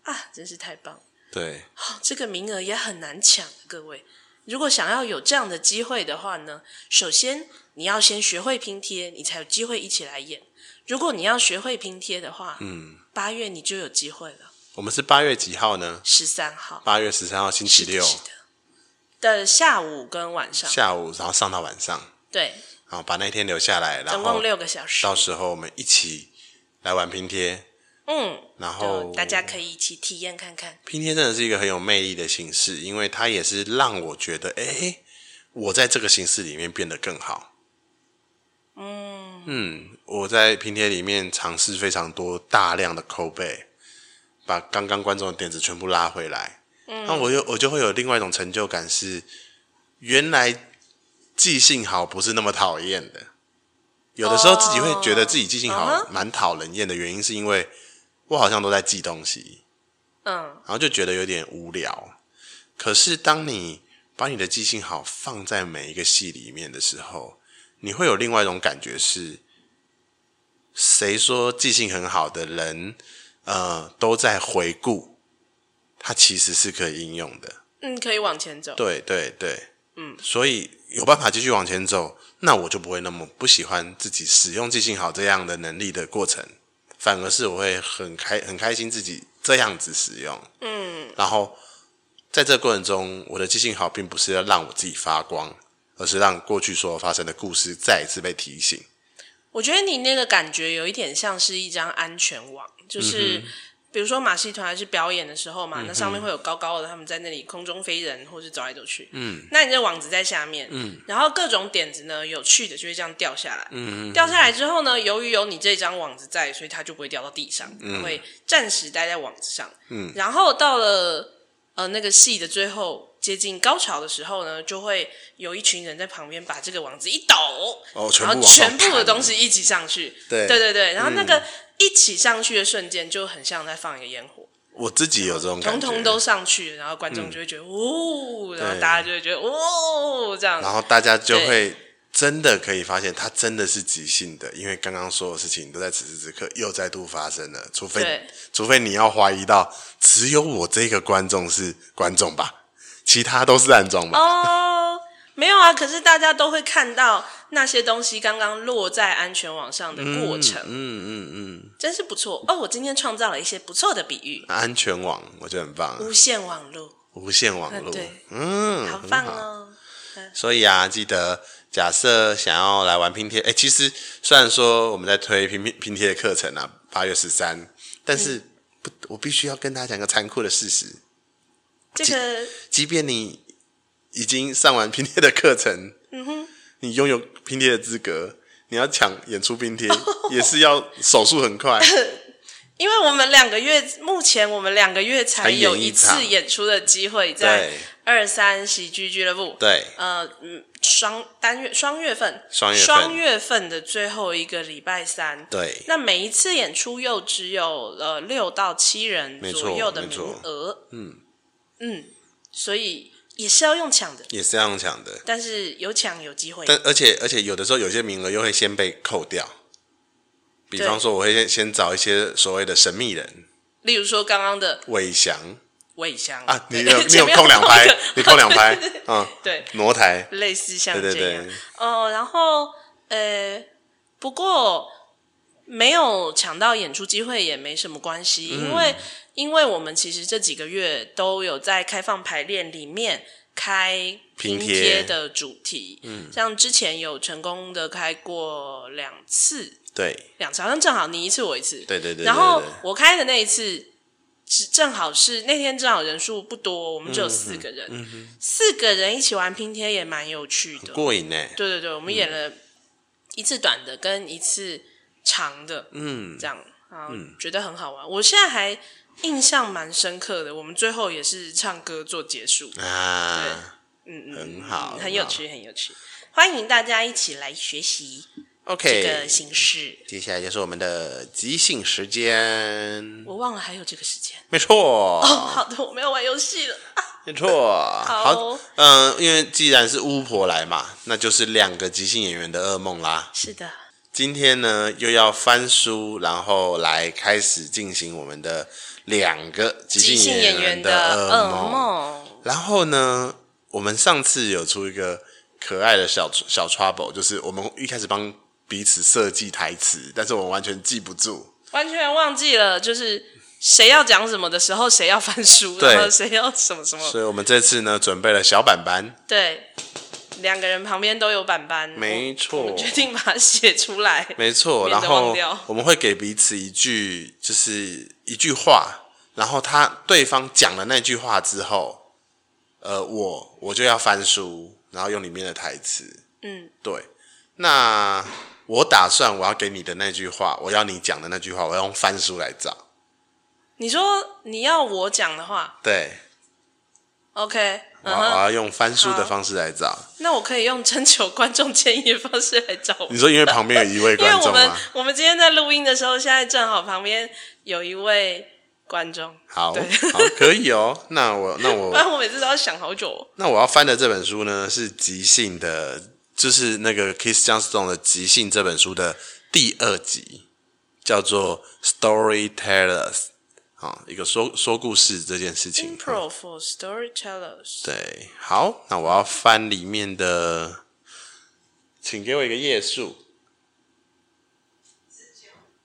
Speaker 2: 啊，真是太棒了、
Speaker 1: 对，
Speaker 2: 哦这个名额也很难抢，啊各位。如果想要有这样的机会的话呢，首先你要先学会拼贴，你才有机会一起来演。如果你要学会拼贴的话，嗯，八月你就有机会了。
Speaker 1: 我们是八月几号呢？
Speaker 2: 十三号，
Speaker 1: 八月十三号星期六
Speaker 2: 是的的下午跟晚上，
Speaker 1: 下午，然后上到晚上，
Speaker 2: 对，
Speaker 1: 然后把那天留下来，然
Speaker 2: 总共
Speaker 1: 后
Speaker 2: 六个小时
Speaker 1: 到。时候我们一起来玩拼贴，
Speaker 2: 嗯，
Speaker 1: 然
Speaker 2: 就
Speaker 1: 后
Speaker 2: 大家可以一起体验看看。
Speaker 1: 拼贴真的是一个很有魅力的形式，因为它也是让我觉得，哎、我在这个形式里面变得更好。嗯我在拼贴里面尝试非常多大量的扣背，把刚
Speaker 2: 嗯
Speaker 1: 刚观众的点子全部拉回来。那我就我就会有另外一种成就感是，原来记性好不是那么讨厌的。有的时候自己会觉得自己记性
Speaker 2: 哦嗯
Speaker 1: 好蛮讨人厌的原因，是因为我好像都在记东西，
Speaker 2: 嗯，
Speaker 1: 然后就觉得有点无聊。可是当你把你的记性好放在每一个戏里面的时候，你会有另外一种感觉是：谁说记性很好的人，呃，都在回顾，它其实是可以应用的。
Speaker 2: 嗯，可以往前走。
Speaker 1: 对对对，嗯，所以有办法继续往前走，那我就不会那么不喜欢自己使用记性好这样的能力的过程，反而是我会很开很开心自己这样子使用，嗯，然后在这过程中，我的记性好并不是要让我自己发光，而是让过去所发生的故事再一次被提醒。
Speaker 2: 我觉得你那个感觉有一点像是一张安全网，
Speaker 1: 嗯
Speaker 2: 就是、比如说马戏团还是表演的时候嘛，那上面会有高高的，他们在那里空中飞人或是走来走去。嗯，那你的网子在下面，嗯，然后各种点子呢，有趣的就会这样掉下来。嗯掉下来之后呢，由于有你这张网子在，所以它就不会掉到地上，
Speaker 1: 嗯
Speaker 2: 它会暂时待在网子上。嗯，然后到了呃那个戏的最后。接近高潮的时候呢，就会有一群人在旁边把这个网子一抖，
Speaker 1: 哦全部
Speaker 2: 然
Speaker 1: 往
Speaker 2: 后
Speaker 1: 上
Speaker 2: 全部的
Speaker 1: 弹
Speaker 2: 东西一起上去，
Speaker 1: 对嗯
Speaker 2: 对对对，然后那个一起上去的瞬间，就很像在放一个烟火，
Speaker 1: 我自己有这种感
Speaker 2: 通
Speaker 1: 觉，嗯
Speaker 2: 通都上去了，然后观众就会觉得哦，然后
Speaker 1: 对
Speaker 2: 大家就会觉得哦，这样，
Speaker 1: 然后大家就
Speaker 2: 对
Speaker 1: 会真的可以发现，它真的是即兴的，因为刚刚所有事情都在此时此刻又再度发生了。除非
Speaker 2: 对
Speaker 1: 除非你要怀疑到只有我这个观众是观众吧，其他都是暗装吧。
Speaker 2: 哦，没有啊，可是大家都会看到那些东西刚刚落在安全网上的过程，
Speaker 1: 嗯嗯嗯，
Speaker 2: 真是不错哦。我今天创造了一些不错的比喻，
Speaker 1: 安全网我觉得很棒啊，
Speaker 2: 无线网络，
Speaker 1: 无线网络
Speaker 2: 嗯对，
Speaker 1: 嗯，
Speaker 2: 好
Speaker 1: 很
Speaker 2: 棒哦。
Speaker 1: 所以啊，记得假设想要来玩拼贴，哎、其实虽然说我们在推拼拼拼贴的课程啊，八月十三，但是不，我必须要跟大家讲个残酷的事实，
Speaker 2: 这个
Speaker 1: 即便你已经上完拼贴的课程，嗯哼，你拥有拼贴的资格，你要抢演出拼 贴，也是要手速很快，
Speaker 2: 因为我们两个月，目前我们两个月才
Speaker 1: 才演
Speaker 2: 有
Speaker 1: 一
Speaker 2: 一次
Speaker 1: 场
Speaker 2: 演出的机会，在
Speaker 1: 对
Speaker 2: 二三喜剧俱乐部。
Speaker 1: 对
Speaker 2: 呃，嗯，双单月双月份，
Speaker 1: 双月份
Speaker 2: 月份的最后一个礼拜三。
Speaker 1: 对
Speaker 2: 那每一次演出又只有呃六到七人
Speaker 1: 没错
Speaker 2: 左右的名额。嗯嗯，所以也是要用抢的，
Speaker 1: 也是要用抢的。
Speaker 2: 但是有抢有机会。
Speaker 1: 但而且而且有的时候有些名额又会先被扣掉，比
Speaker 2: 对
Speaker 1: 方说我会先先找一些所谓的神秘人，
Speaker 2: 例如说刚刚的
Speaker 1: 伟翔
Speaker 2: 魏翔
Speaker 1: 啊， 你
Speaker 2: 对
Speaker 1: 有你
Speaker 2: 前
Speaker 1: 有
Speaker 2: 面
Speaker 1: 空两拍
Speaker 2: 一个，
Speaker 1: 你空两 拍
Speaker 2: 对
Speaker 1: 啊，
Speaker 2: 对，
Speaker 1: 挪台，
Speaker 2: 类似像
Speaker 1: 对对
Speaker 2: 这样
Speaker 1: 对。
Speaker 2: 哦，然后呃，不过没有抢到演出机会也没什么关系，因为
Speaker 1: 嗯
Speaker 2: 因为我们其实这几个月都有在开放排练里面开
Speaker 1: 拼贴
Speaker 2: 贴的主题，嗯，像之前有成功的开过两次，
Speaker 1: 对
Speaker 2: 两次好像正好你一次我一次，
Speaker 1: 对对对，
Speaker 2: 然后
Speaker 1: 对对
Speaker 2: 我开的那一次，只正好是那天正好人数不多，我
Speaker 1: 嗯
Speaker 2: 们只有四个人，四个人一起玩拼贴也蛮有趣的
Speaker 1: 对。过瘾呢，
Speaker 2: 对对对，我们演了一次短的跟一次长的，
Speaker 1: 嗯，
Speaker 2: 这样啊，然后觉得很好玩。我现在还印象蛮深刻的，我们最后也是唱歌做结束，
Speaker 1: 啊，
Speaker 2: 嗯嗯，
Speaker 1: 很好
Speaker 2: 嗯很有趣，很有趣。欢迎大家一起来学习这个
Speaker 1: OK，
Speaker 2: 形式。
Speaker 1: 接下来就是我们的即兴时间，
Speaker 2: 我忘了还有这个时间
Speaker 1: 没错，
Speaker 2: 哦， 好的，我们要玩游戏了。
Speaker 1: 没错，
Speaker 2: 好
Speaker 1: 好，嗯、因为既然是巫婆来嘛，那就是两个即兴演员的噩梦啦。
Speaker 2: 是的，
Speaker 1: 今天呢，又要翻书，然后来开始进行我们的两个即
Speaker 2: 即
Speaker 1: 兴
Speaker 2: 兴演
Speaker 1: 员
Speaker 2: 员
Speaker 1: 的
Speaker 2: 的
Speaker 1: 噩
Speaker 2: 噩梦。
Speaker 1: 然后呢，我们上次有出一个可爱的小小 trouble，就是我们一开始帮彼此设计台词，但是我们完全记不住。
Speaker 2: 完全忘记了，就是谁要讲什么的时候，谁要翻书，
Speaker 1: 对
Speaker 2: 然后谁要什么什么，
Speaker 1: 所以我们这次呢，准备了小板板，
Speaker 2: 对，两个人旁边都有板板，
Speaker 1: 没错
Speaker 2: 我我们决定把它写出来，
Speaker 1: 没错，然
Speaker 2: 免得忘
Speaker 1: 后
Speaker 2: 掉
Speaker 1: 我们会给彼此一句，就是一句话，然后他对方讲了那句话之后，呃，我我就要翻书，然后用里面的台词。
Speaker 2: 嗯，
Speaker 1: 对。那我打算我要给你的那句话，我要你讲的那句话，我要用翻书来找。
Speaker 2: 你说你要我讲的话
Speaker 1: 对，
Speaker 2: ，OK，嗯
Speaker 1: 我要我要用翻书的方式来找。
Speaker 2: 那我可以用征求观众建议的方式来找我
Speaker 1: 你，说因为旁边有一位
Speaker 2: 因为
Speaker 1: 观
Speaker 2: 我
Speaker 1: 众
Speaker 2: 们
Speaker 1: 吗？
Speaker 2: 我们今天在录音的时候，现在正好旁边有一位观众，
Speaker 1: 好
Speaker 2: 对
Speaker 1: 好可以哦。那我那
Speaker 2: 不
Speaker 1: 我
Speaker 2: 然我每次都要想好久哦。
Speaker 1: 那我要翻的这本书呢，是《即兴的》，就是那个 Kiss Johnston 的《即兴》这本书的第二集，叫做《Storytellers》啊，一个说说故事这件事情。
Speaker 2: Impro for storytellers，
Speaker 1: 对，好，那我要翻里面的，请给我一个页数，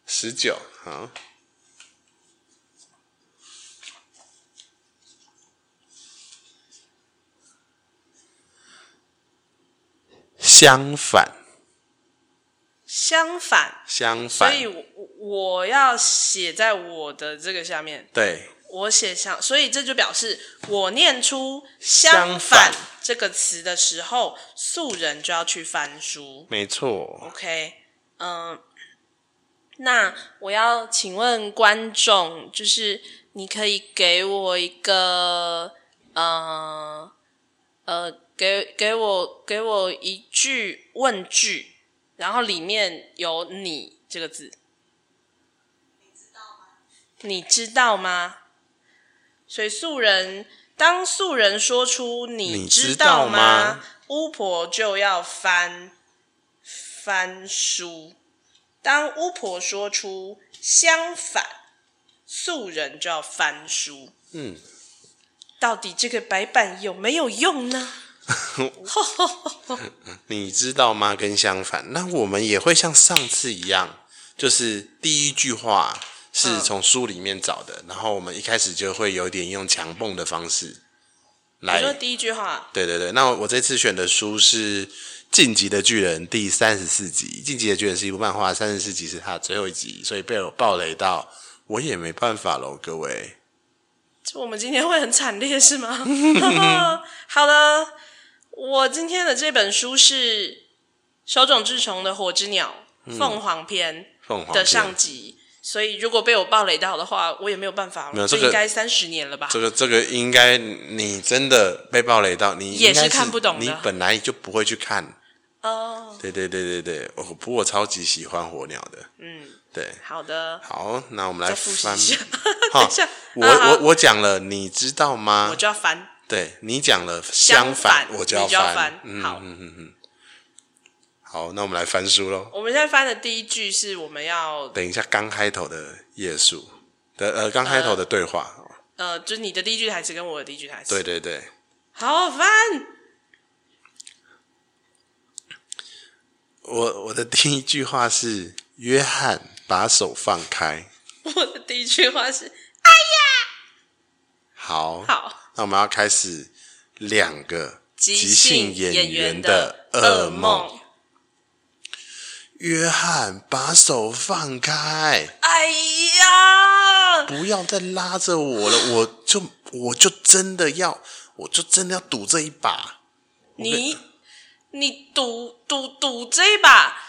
Speaker 1: 十九，好。相反，
Speaker 2: 相反，
Speaker 1: 相
Speaker 2: 所
Speaker 1: 反，
Speaker 2: 以我我要写在我的这个下面，
Speaker 1: 对，
Speaker 2: 我写相，所以这就表示我念出“
Speaker 1: 相反
Speaker 2: 相反”这个词的时候，素人就要去翻书。
Speaker 1: 没错。
Speaker 2: OK，嗯、那我要请问观众，就是你可以给我一个，呃，呃，给给我给我一句问句，然后里面有“你”这个字，你知道吗？所以素人当素人说出“
Speaker 1: 你
Speaker 2: 你
Speaker 1: 知
Speaker 2: 知
Speaker 1: 道
Speaker 2: 道
Speaker 1: 吗
Speaker 2: 吗”，巫婆就要翻翻书。当巫婆说出相反，素人就要翻书。
Speaker 1: 嗯，
Speaker 2: 到底这个白板有没有用呢？
Speaker 1: 你知道吗？跟相反，那我们也会像上次一样，就是第一句话是
Speaker 2: 嗯
Speaker 1: 从书里面找的，然后我们一开始就会有点用强蹦的方式
Speaker 2: 你说
Speaker 1: 来。
Speaker 2: 第一句话，
Speaker 1: 对对对，那我这次选的书是《晋级的巨人》第三十四集，《晋级的巨人》是一部漫画，三十四集是它的最后一集，所以被我暴雷到，我也没办法喽，各位。
Speaker 2: 这我们今天会很惨烈是 吗？好了，我今天的这本书是手冢治虫的《火之鸟》
Speaker 1: 嗯
Speaker 2: 凤凰篇
Speaker 1: 凤凰
Speaker 2: 的
Speaker 1: 篇
Speaker 2: 上集，所以如果被我暴雷到的话，我也没有办法了。
Speaker 1: 哦没有
Speaker 2: 这
Speaker 1: 这个
Speaker 2: 应该三十年了吧？
Speaker 1: 这个这个应该你真的被暴雷到，你
Speaker 2: 也
Speaker 1: 应该
Speaker 2: 是看不懂的
Speaker 1: 你本来就不会去看。
Speaker 2: 哦，
Speaker 1: 对对对对对，我不过我超级喜欢火鸟的。
Speaker 2: 嗯，
Speaker 1: 对，
Speaker 2: 好的。
Speaker 1: 好，那我们来
Speaker 2: 再复习
Speaker 1: 翻
Speaker 2: 一。下。
Speaker 1: 哈
Speaker 2: 等一下，
Speaker 1: 我
Speaker 2: 啊好
Speaker 1: 我我讲了，你知道吗
Speaker 2: 我？就要翻，
Speaker 1: 对你讲了，相
Speaker 2: 相
Speaker 1: 反
Speaker 2: 反
Speaker 1: 我就要
Speaker 2: 你就要
Speaker 1: 翻
Speaker 2: 翻。
Speaker 1: 嗯
Speaker 2: 好
Speaker 1: 嗯嗯嗯。好，那我们来翻书喽。
Speaker 2: 我们现在翻的第一句是我们要
Speaker 1: 等一下，刚开头的页数的
Speaker 2: 嗯
Speaker 1: 呃，刚开头的对话。
Speaker 2: 呃，就是你的第一句台词跟我的第一句台词。
Speaker 1: 对，对对，
Speaker 2: 好翻。
Speaker 1: 我我的第一句话是：约翰，把手放开。
Speaker 2: 我的第一句话是
Speaker 1: 好，
Speaker 2: 好，
Speaker 1: 那我们要开始两个
Speaker 2: 即
Speaker 1: 兴
Speaker 2: 兴
Speaker 1: 演
Speaker 2: 演员
Speaker 1: 的
Speaker 2: 噩
Speaker 1: 梦。。约翰，把手放开，
Speaker 2: 哎呀，
Speaker 1: 不要再拉着我了，我就我就真的要，我就真的要赌这一把。
Speaker 2: 你你赌赌赌这一把，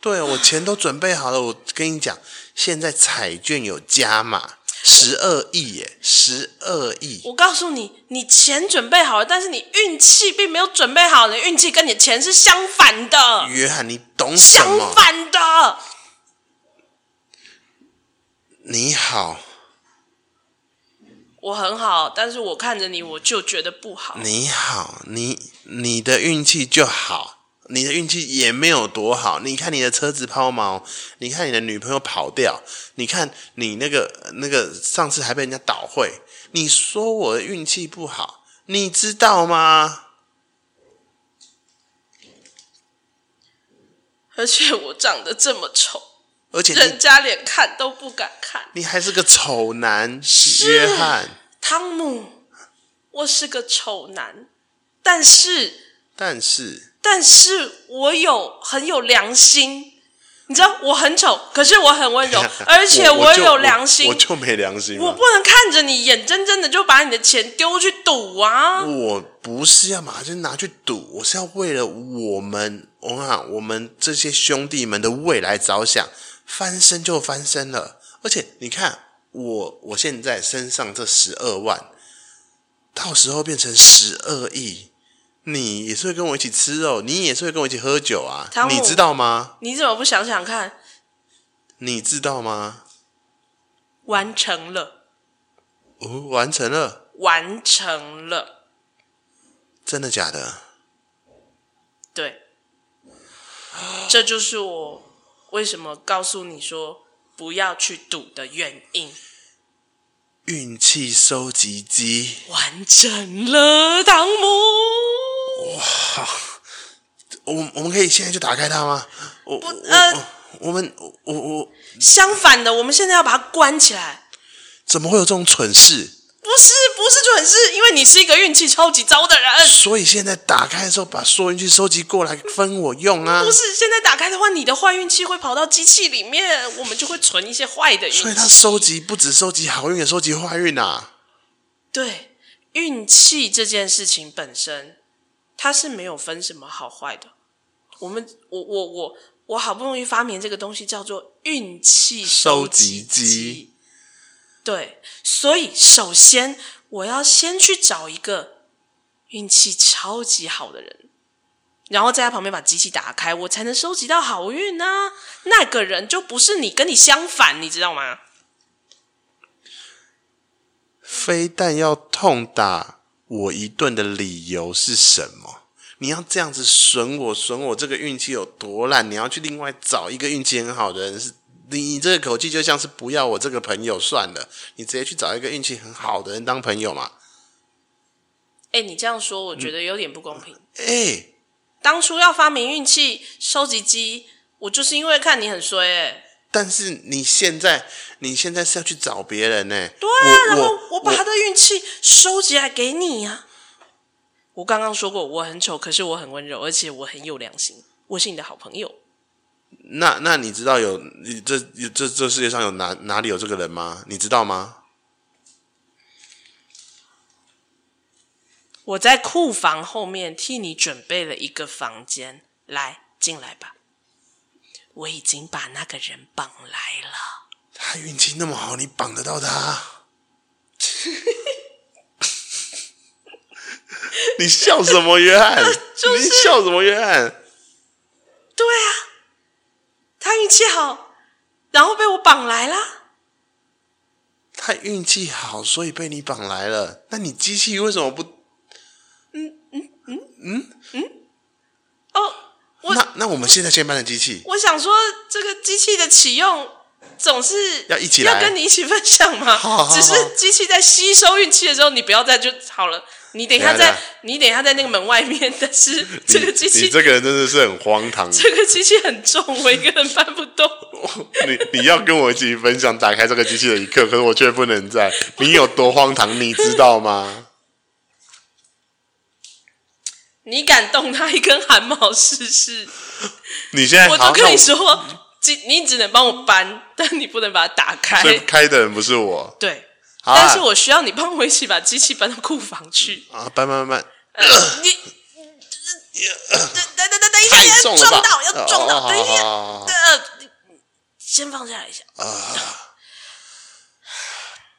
Speaker 1: 对，啊我钱都准备好了，我跟你讲，现在彩券有加码，十二亿耶，十二亿。
Speaker 2: 我告诉你，你钱准备好了，但是你运气并没有准备好，你的运气跟你的钱是相反的，
Speaker 1: 约翰，你懂什
Speaker 2: 相
Speaker 1: 么？
Speaker 2: 反的。
Speaker 1: 你好，
Speaker 2: 我很好，但是我看着你，我就觉得不好。
Speaker 1: 你好，你你的运气就好，你的运气也没有多好。你看你的车子抛锚，你看你的女朋友跑掉，你看你那个那个上次还被人家倒会。你说我的运气不好，你知道吗？
Speaker 2: 而且我长得这么丑，
Speaker 1: 而且
Speaker 2: 人
Speaker 1: 你
Speaker 2: 家连看都不敢看。
Speaker 1: 你还是个丑男，约翰。
Speaker 2: 汤姆，我是个丑男，但是
Speaker 1: 但是，
Speaker 2: 但是我有很有良心。你知道我很丑，可是我很温柔而 且
Speaker 1: 我我就
Speaker 2: 有良心。
Speaker 1: 我，我就没良心吗。
Speaker 2: 我不能看着你眼睁睁的就把你的钱丢去赌啊！
Speaker 1: 我不是要马上拿去赌，我是要为了我们，我啊，我们这些兄弟们的未来着想，翻身就翻身了。而且你看，我我现在身上这十二万，到时候变成十二亿，你也是会跟我一起吃肉，你也是会跟我一起喝酒啊
Speaker 2: 汤，姆
Speaker 1: 你知道吗？
Speaker 2: 你怎么不想想看？
Speaker 1: 你知道吗？
Speaker 2: 完成了，
Speaker 1: 哦，完成了，
Speaker 2: 完成了，
Speaker 1: 真的假的？
Speaker 2: 对，这就是我为什么告诉你说不要去赌的原因。
Speaker 1: 运气收集机，
Speaker 2: 完成了，汤姆。
Speaker 1: 我我们可以现在就打开它吗？我我
Speaker 2: 呃
Speaker 1: 我我们我我我
Speaker 2: 相反的，我们现在要把它关起来。
Speaker 1: 怎么会有这种蠢事？
Speaker 2: 不是，不是蠢事，因为你是一个运气超级糟的人。
Speaker 1: 所以现在打开的时候，把所有运气收集过来分我用啊
Speaker 2: 不。是，现在打开的话，你的坏运气会跑到机器里面，我们就会存一些坏的运气。
Speaker 1: 所以他收集不止收集好运，也收集坏运啊。
Speaker 2: 对运气这件事情本身，它是没有分什么好坏的。我们，我，我，我，我好不容易发明这个东西，叫做运气
Speaker 1: 收
Speaker 2: 收集
Speaker 1: 集机。
Speaker 2: 对，所以首先我要先去找一个运气超级好的人，然后在他旁边把机器打开，我才能收集到好运啊。那个人就不是你，跟你相反，你知道
Speaker 1: 嗯
Speaker 2: 吗？
Speaker 1: 非但要痛打我一顿的理由是什么？你要这样子损我，损我这个运气有多烂？你要去另外找一个运气很好的人，是你你这个口气就像是不要我这个朋友算了，你直接去找一个运气很好的人当朋友嘛？
Speaker 2: 哎，你这样说，我觉得有点不公平。
Speaker 1: 哎、
Speaker 2: 当初要发明运气收集机，我就是因为看你很衰哎、
Speaker 1: 但是你现在你现在是要去找别人呢、
Speaker 2: 对啊，然
Speaker 1: 我
Speaker 2: 后我
Speaker 1: 我
Speaker 2: 把他的运气收集来给你呀、我刚刚说过我很丑，可是我很温柔，而且我很有良心，我是你的好朋友。
Speaker 1: 那那你知道有你这有这这世界上有哪哪里有这个人吗？你知道吗？
Speaker 2: 我在库房后面替你准备了一个房间，来进来吧。我已经把那个人绑来了，
Speaker 1: 他运气那么好，你绑得到他？ 你笑什么，约翰？
Speaker 2: 就是
Speaker 1: 你笑什么，约翰？
Speaker 2: 对啊，他运气好，然后被我绑来啦。
Speaker 1: 他运气好，所以被你绑来了。那你机器为什么不？
Speaker 2: 哦，我
Speaker 1: 那那我们现在先搬的机器，
Speaker 2: 我想说，这个机器的启用总是
Speaker 1: 要一起来
Speaker 2: 要跟你一起分享嘛。
Speaker 1: 好好好
Speaker 2: 只是机器在吸收运气的时候，你不要再就好了。你等一下
Speaker 1: 等一
Speaker 2: 在
Speaker 1: 下，
Speaker 2: 你等一下在那个门外面，但是这个机
Speaker 1: 你
Speaker 2: 器
Speaker 1: 你，这个人真的是很荒唐。
Speaker 2: 这个机器很重，我一个人搬不 动。
Speaker 1: 你你要跟我一起分享打开这个机器的一刻，可是我却不能在。你有多荒唐，你知道 吗？
Speaker 2: 你敢动它一根汗毛试试？
Speaker 1: 你现在
Speaker 2: 我
Speaker 1: 哎好
Speaker 2: 都跟
Speaker 1: 那
Speaker 2: 你说，只你只能帮我搬，但你不能把它打开。
Speaker 1: 所以开的人不是我。
Speaker 2: 对，
Speaker 1: 好啊
Speaker 2: 哎但是我需要你帮我一起把机器搬到库房去。
Speaker 1: 啊，搬搬搬搬。
Speaker 2: 你等等等等等一下，
Speaker 1: 太重了
Speaker 2: 要
Speaker 1: 吧
Speaker 2: 撞到，要撞
Speaker 1: 哦
Speaker 2: 到，等一
Speaker 1: 好好
Speaker 2: 下，
Speaker 1: 好好
Speaker 2: 呃，先放下来一下，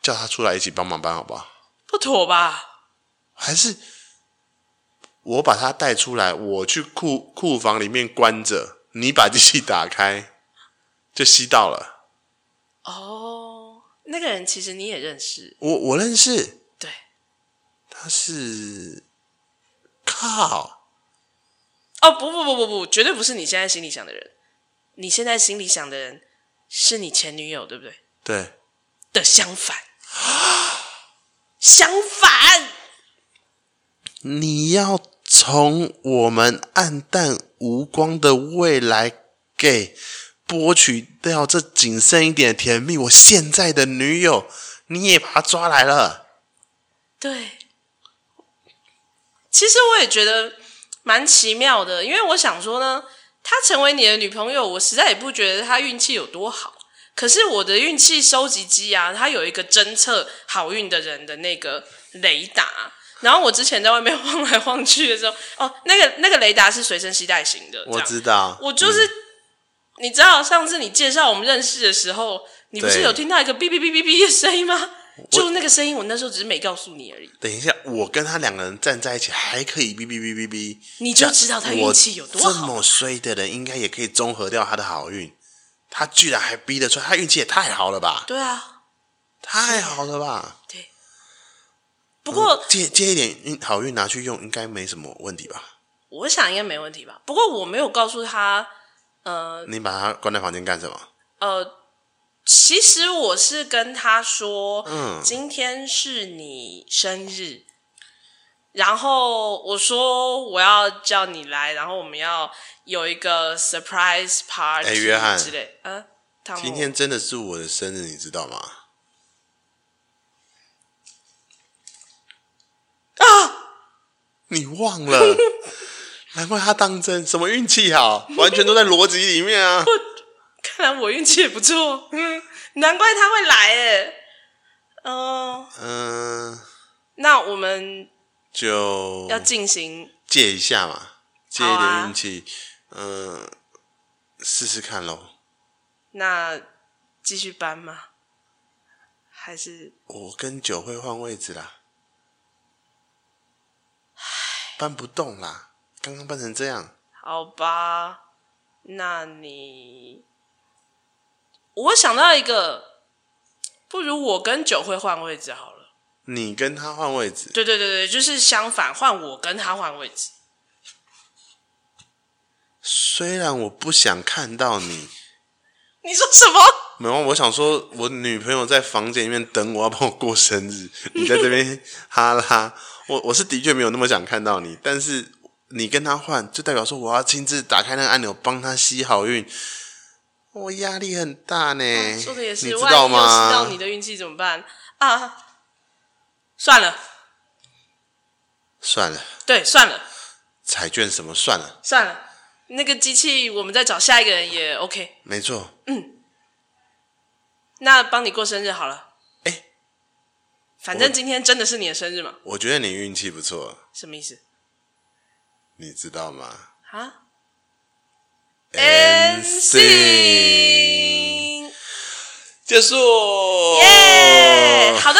Speaker 1: 叫他出来一起帮忙搬好不好？
Speaker 2: 不妥吧？
Speaker 1: 还是我把他带出来，我去库库房里面关着，你把机器打开，就吸到了。
Speaker 2: 哦，那个人其实你也认识，
Speaker 1: 我我认识，
Speaker 2: 对，
Speaker 1: 他是靠
Speaker 2: 哦，不不不不不，绝对不是你现在心里想的人，你现在心里想的人是你前女友，对不对？
Speaker 1: 对，
Speaker 2: 的相反，相反，
Speaker 1: 你要从我们暗淡无光的未来给剥取掉这仅剩一点甜蜜。我现在的女友，你也把她抓来了。
Speaker 2: 对，其实我也觉得蛮奇妙的，因为我想说呢，她成为你的女朋友，我实在也不觉得她运气有多好。可是我的运气收集机啊，它有一个侦测好运的人的那个雷达。然后我之前在外面 晃来晃去的时候，哦，那个那个雷达是随身携带型的，这
Speaker 1: 我
Speaker 2: 样
Speaker 1: 知道，
Speaker 2: 我就是，你知道上次你介绍我们认识的时候，你不是
Speaker 1: 对
Speaker 2: 有听到一个哔哔哔哔哔的声音吗？就那个声音，我那时候只是没告诉你而已，
Speaker 1: 等一下，我跟他两个人站在一起，还可以哔哔哔哔哔，
Speaker 2: 你就知道他运气有多
Speaker 1: 我这
Speaker 2: 好
Speaker 1: 么衰的人，应该也可以综合掉他的好运。他居然还逼得出来，他运气也太好了吧？
Speaker 2: 对啊，
Speaker 1: 太好了吧？
Speaker 2: 对。不过、
Speaker 1: 借借一点运好运拿去用，应该没什么问题吧？
Speaker 2: 我想应该没问题吧。不过我没有告诉他，呃
Speaker 1: 你把他关在房间干什么？
Speaker 2: 呃，其实我是跟他说，
Speaker 1: 嗯
Speaker 2: 今天是你生日，然后我说我要叫你来，然后我们要有一个 surprise party，
Speaker 1: 哎约翰
Speaker 2: 之类，呃，汤姆，
Speaker 1: 今天真的是我的生日，你知道吗？
Speaker 2: 啊，
Speaker 1: 你忘 了？难怪他当真，什么运气好，完全都在逻辑里面 啊！
Speaker 2: 看来我运气也不错，嗯，难怪他会来，哎，嗯、
Speaker 1: 嗯、
Speaker 2: 那我们
Speaker 1: 就
Speaker 2: 要进行
Speaker 1: 借一下嘛，借一
Speaker 2: 好
Speaker 1: 点
Speaker 2: 啊
Speaker 1: 运气，嗯、试试看喽。
Speaker 2: 那继续搬吗？还是
Speaker 1: 我跟酒会换位置啦，搬不动啦，刚刚搬成这样，
Speaker 2: 好吧？那你，我想到一个，不如我跟九会换位置好了。
Speaker 1: 你跟他换位置，
Speaker 2: 对对对对，就是相反，换我跟他换位置。
Speaker 1: 虽然我不想看到你，
Speaker 2: 你说什么？
Speaker 1: 没有，我想说，我女朋友在房间里面等我，要帮我过生 日，你在这边哈拉，我我是的确没有那么想看到你，但是你跟她换，就代表说我要亲自打开那个按钮，帮她吸好运，我压力很大呢、
Speaker 2: 啊说的也是，
Speaker 1: 哎你知
Speaker 2: 万一
Speaker 1: 道
Speaker 2: 又吃到
Speaker 1: 吗
Speaker 2: 你？的运气怎么办啊？算了，
Speaker 1: 算了，
Speaker 2: 对，算了，
Speaker 1: 彩券什么算了，
Speaker 2: 算了。那个机器，我们再找下一个人也 OK。
Speaker 1: 没错。
Speaker 2: 那帮你过生日好了。
Speaker 1: 哎
Speaker 2: 反正今天真的是你的生日嘛？
Speaker 1: 我觉得你运气不错，
Speaker 2: 什么意思
Speaker 1: 你知道吗
Speaker 2: 啊
Speaker 1: n
Speaker 2: NSYNC
Speaker 1: 结束，哦
Speaker 2: 耶！好的，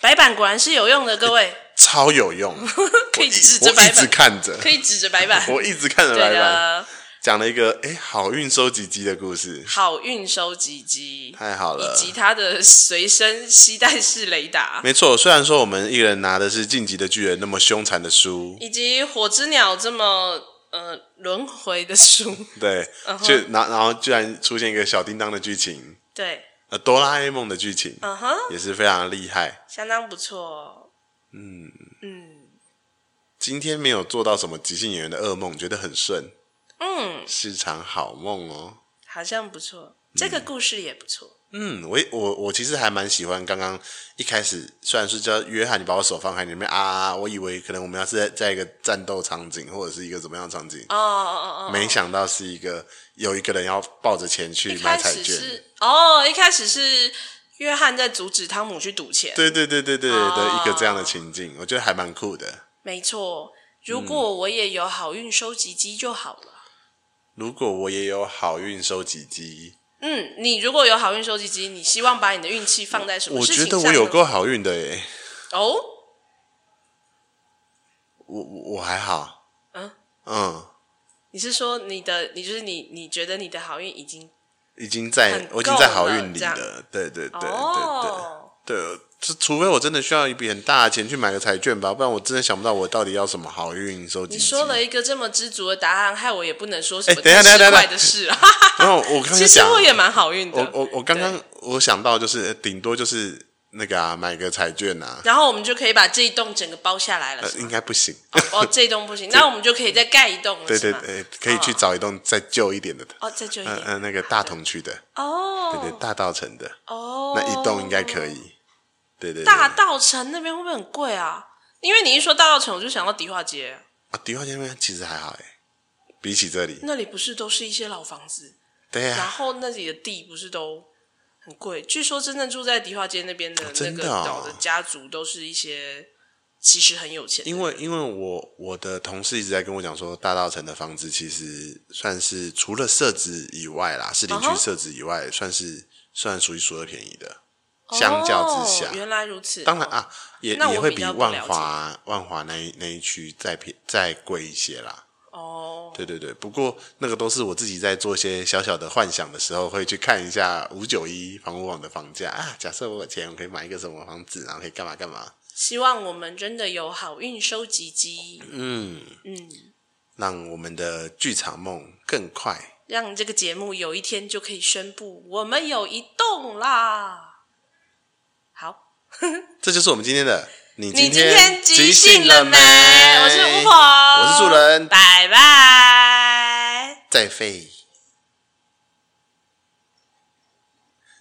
Speaker 2: 白板果然是有用的，各位
Speaker 1: 超有用，
Speaker 2: 可以指
Speaker 1: 我
Speaker 2: 着白
Speaker 1: 一直
Speaker 2: 板，
Speaker 1: 看着，
Speaker 2: 可以指着白板。
Speaker 1: 我一直看着
Speaker 2: 对
Speaker 1: 白板，
Speaker 2: 的，
Speaker 1: 讲了一个哎、诶好运收集机的故事，
Speaker 2: 好运收集机，
Speaker 1: 太好了
Speaker 2: 以。及它的随身携带式雷达，
Speaker 1: 没错，虽然说我们一个人拿的是《晋级的巨人》那么凶残的书，
Speaker 2: 以及火之鸟这么呃轮回的书。
Speaker 1: 对，
Speaker 2: 嗯哼
Speaker 1: 就然然后居然出现一个小叮当的剧情，
Speaker 2: 对，
Speaker 1: 呃，哆啦 A 梦的剧情
Speaker 2: 嗯哼，
Speaker 1: 也是非常厉害。
Speaker 2: 相当不错哦。
Speaker 1: 今天没有做到什么即兴演员的噩梦，觉得很顺，
Speaker 2: 嗯，
Speaker 1: 是场好梦哦。
Speaker 2: 好像不错，这个故事也不错。
Speaker 1: 嗯，我我我其实还蛮喜欢刚刚一开始，虽然是叫约翰，你把我手放开，你那边啊啊，啊我以为可能我们要是在在一个战斗场景或者是一个怎么样的场景，
Speaker 2: 哦哦哦哦，
Speaker 1: 没想到是一个有一个人要抱着钱去
Speaker 2: 一
Speaker 1: 买
Speaker 2: 开
Speaker 1: 彩
Speaker 2: 始
Speaker 1: 券，
Speaker 2: 是哦，一开始是约翰在阻止汤姆去赌钱。
Speaker 1: 对对对对对
Speaker 2: 哦
Speaker 1: 的一个这样的情境，我觉得还蛮酷的。
Speaker 2: 没错，
Speaker 1: 嗯
Speaker 2: 如果我也有好运收集机就好了。
Speaker 1: 如果我也有好运收集机，
Speaker 2: 嗯，你如果有好运收集机，你希望把你的运气放在什么
Speaker 1: 我
Speaker 2: 事
Speaker 1: 觉
Speaker 2: 情
Speaker 1: 得
Speaker 2: 上呢？
Speaker 1: 我有够好运的耶，
Speaker 2: 哦，
Speaker 1: 我我我还好，
Speaker 2: 嗯
Speaker 1: 嗯，
Speaker 2: 你是说你的，你就是你，你觉得你的好运已经
Speaker 1: 已经在
Speaker 2: 很
Speaker 1: 我已经在
Speaker 2: 够
Speaker 1: 好
Speaker 2: 了
Speaker 1: 运里
Speaker 2: 这样
Speaker 1: 了，对对对对对。
Speaker 2: 哦，
Speaker 1: 对，这除非我真的需要一笔很大的钱去买个彩券吧，不然我真的想不到我到底要什么好运收集。
Speaker 2: 你说了，一个这么知足的答案，害我也不能说什么
Speaker 1: 哎等一下
Speaker 2: 太
Speaker 1: 等一下等一
Speaker 2: 奇怪
Speaker 1: 下
Speaker 2: 的事啊。
Speaker 1: 然后我刚刚
Speaker 2: 其实
Speaker 1: 讲，
Speaker 2: 我也蛮好运的
Speaker 1: 我。我我刚刚我想到就是顶多就是那个啊，买个彩券啊，
Speaker 2: 然后我们就可以把这一栋整个包下来了，
Speaker 1: 呃
Speaker 2: 是吗
Speaker 1: 应该不行。
Speaker 2: 哦，这一栋 不行，那我们就可以再盖一栋了，
Speaker 1: 对
Speaker 2: 是
Speaker 1: 对
Speaker 2: 吗？
Speaker 1: 对，可以去找一栋再旧一点的，
Speaker 2: 哦，再就一
Speaker 1: 嗯嗯、
Speaker 2: 点
Speaker 1: 那个大同区的，
Speaker 2: 哦，
Speaker 1: 对对，大道城的
Speaker 2: 哦，
Speaker 1: 那一栋应该可。以。对对对，
Speaker 2: 大道城那边会不会很贵啊？因为你一说大道城，我就想到迪化街，
Speaker 1: 啊，迪化街那边其实还好哎，比起这里，
Speaker 2: 那里不是都是一些老房子，
Speaker 1: 对啊呀、
Speaker 2: 然后那里的地不是都很贵？据说真正住在迪化街那边的那
Speaker 1: 真
Speaker 2: 个
Speaker 1: 的哦
Speaker 2: 岛的家族，都是一些其实很有钱的。
Speaker 1: 因为因为我我的同事一直在跟我讲说，大道城的房子其实算是除了设置以外啦，是邻
Speaker 2: 嗯
Speaker 1: 居
Speaker 2: 哼
Speaker 1: 设置以外，算是算数一数二便宜的。相较之下
Speaker 2: 哦，原来如此。
Speaker 1: 当然
Speaker 2: 哦，
Speaker 1: 啊，也
Speaker 2: 那我
Speaker 1: 也会
Speaker 2: 比
Speaker 1: 比
Speaker 2: 较不
Speaker 1: 万
Speaker 2: 了解
Speaker 1: 华万华那一那一区再便再贵一些啦。
Speaker 2: 哦，
Speaker 1: 对对对，不过那个都是我自己在做一些小小的幻想的时候，会去看一下五九一房屋网的房价啊。假设我有钱，我可以买一个什么房子，然后可以干嘛干嘛。
Speaker 2: 希望我们真的有好运收集机，
Speaker 1: 嗯，
Speaker 2: 嗯，
Speaker 1: 让我们的剧场梦更快。
Speaker 2: 让这个节目有一天就可以宣布我们有一栋啦。好，
Speaker 1: 这就是我们今天的。你
Speaker 2: 你
Speaker 1: 今
Speaker 2: 今天即
Speaker 1: 即
Speaker 2: 兴
Speaker 1: 了
Speaker 2: 了
Speaker 1: 没？
Speaker 2: 没？我是巫婆，
Speaker 1: 我是树人，
Speaker 2: 拜拜。
Speaker 1: 再会。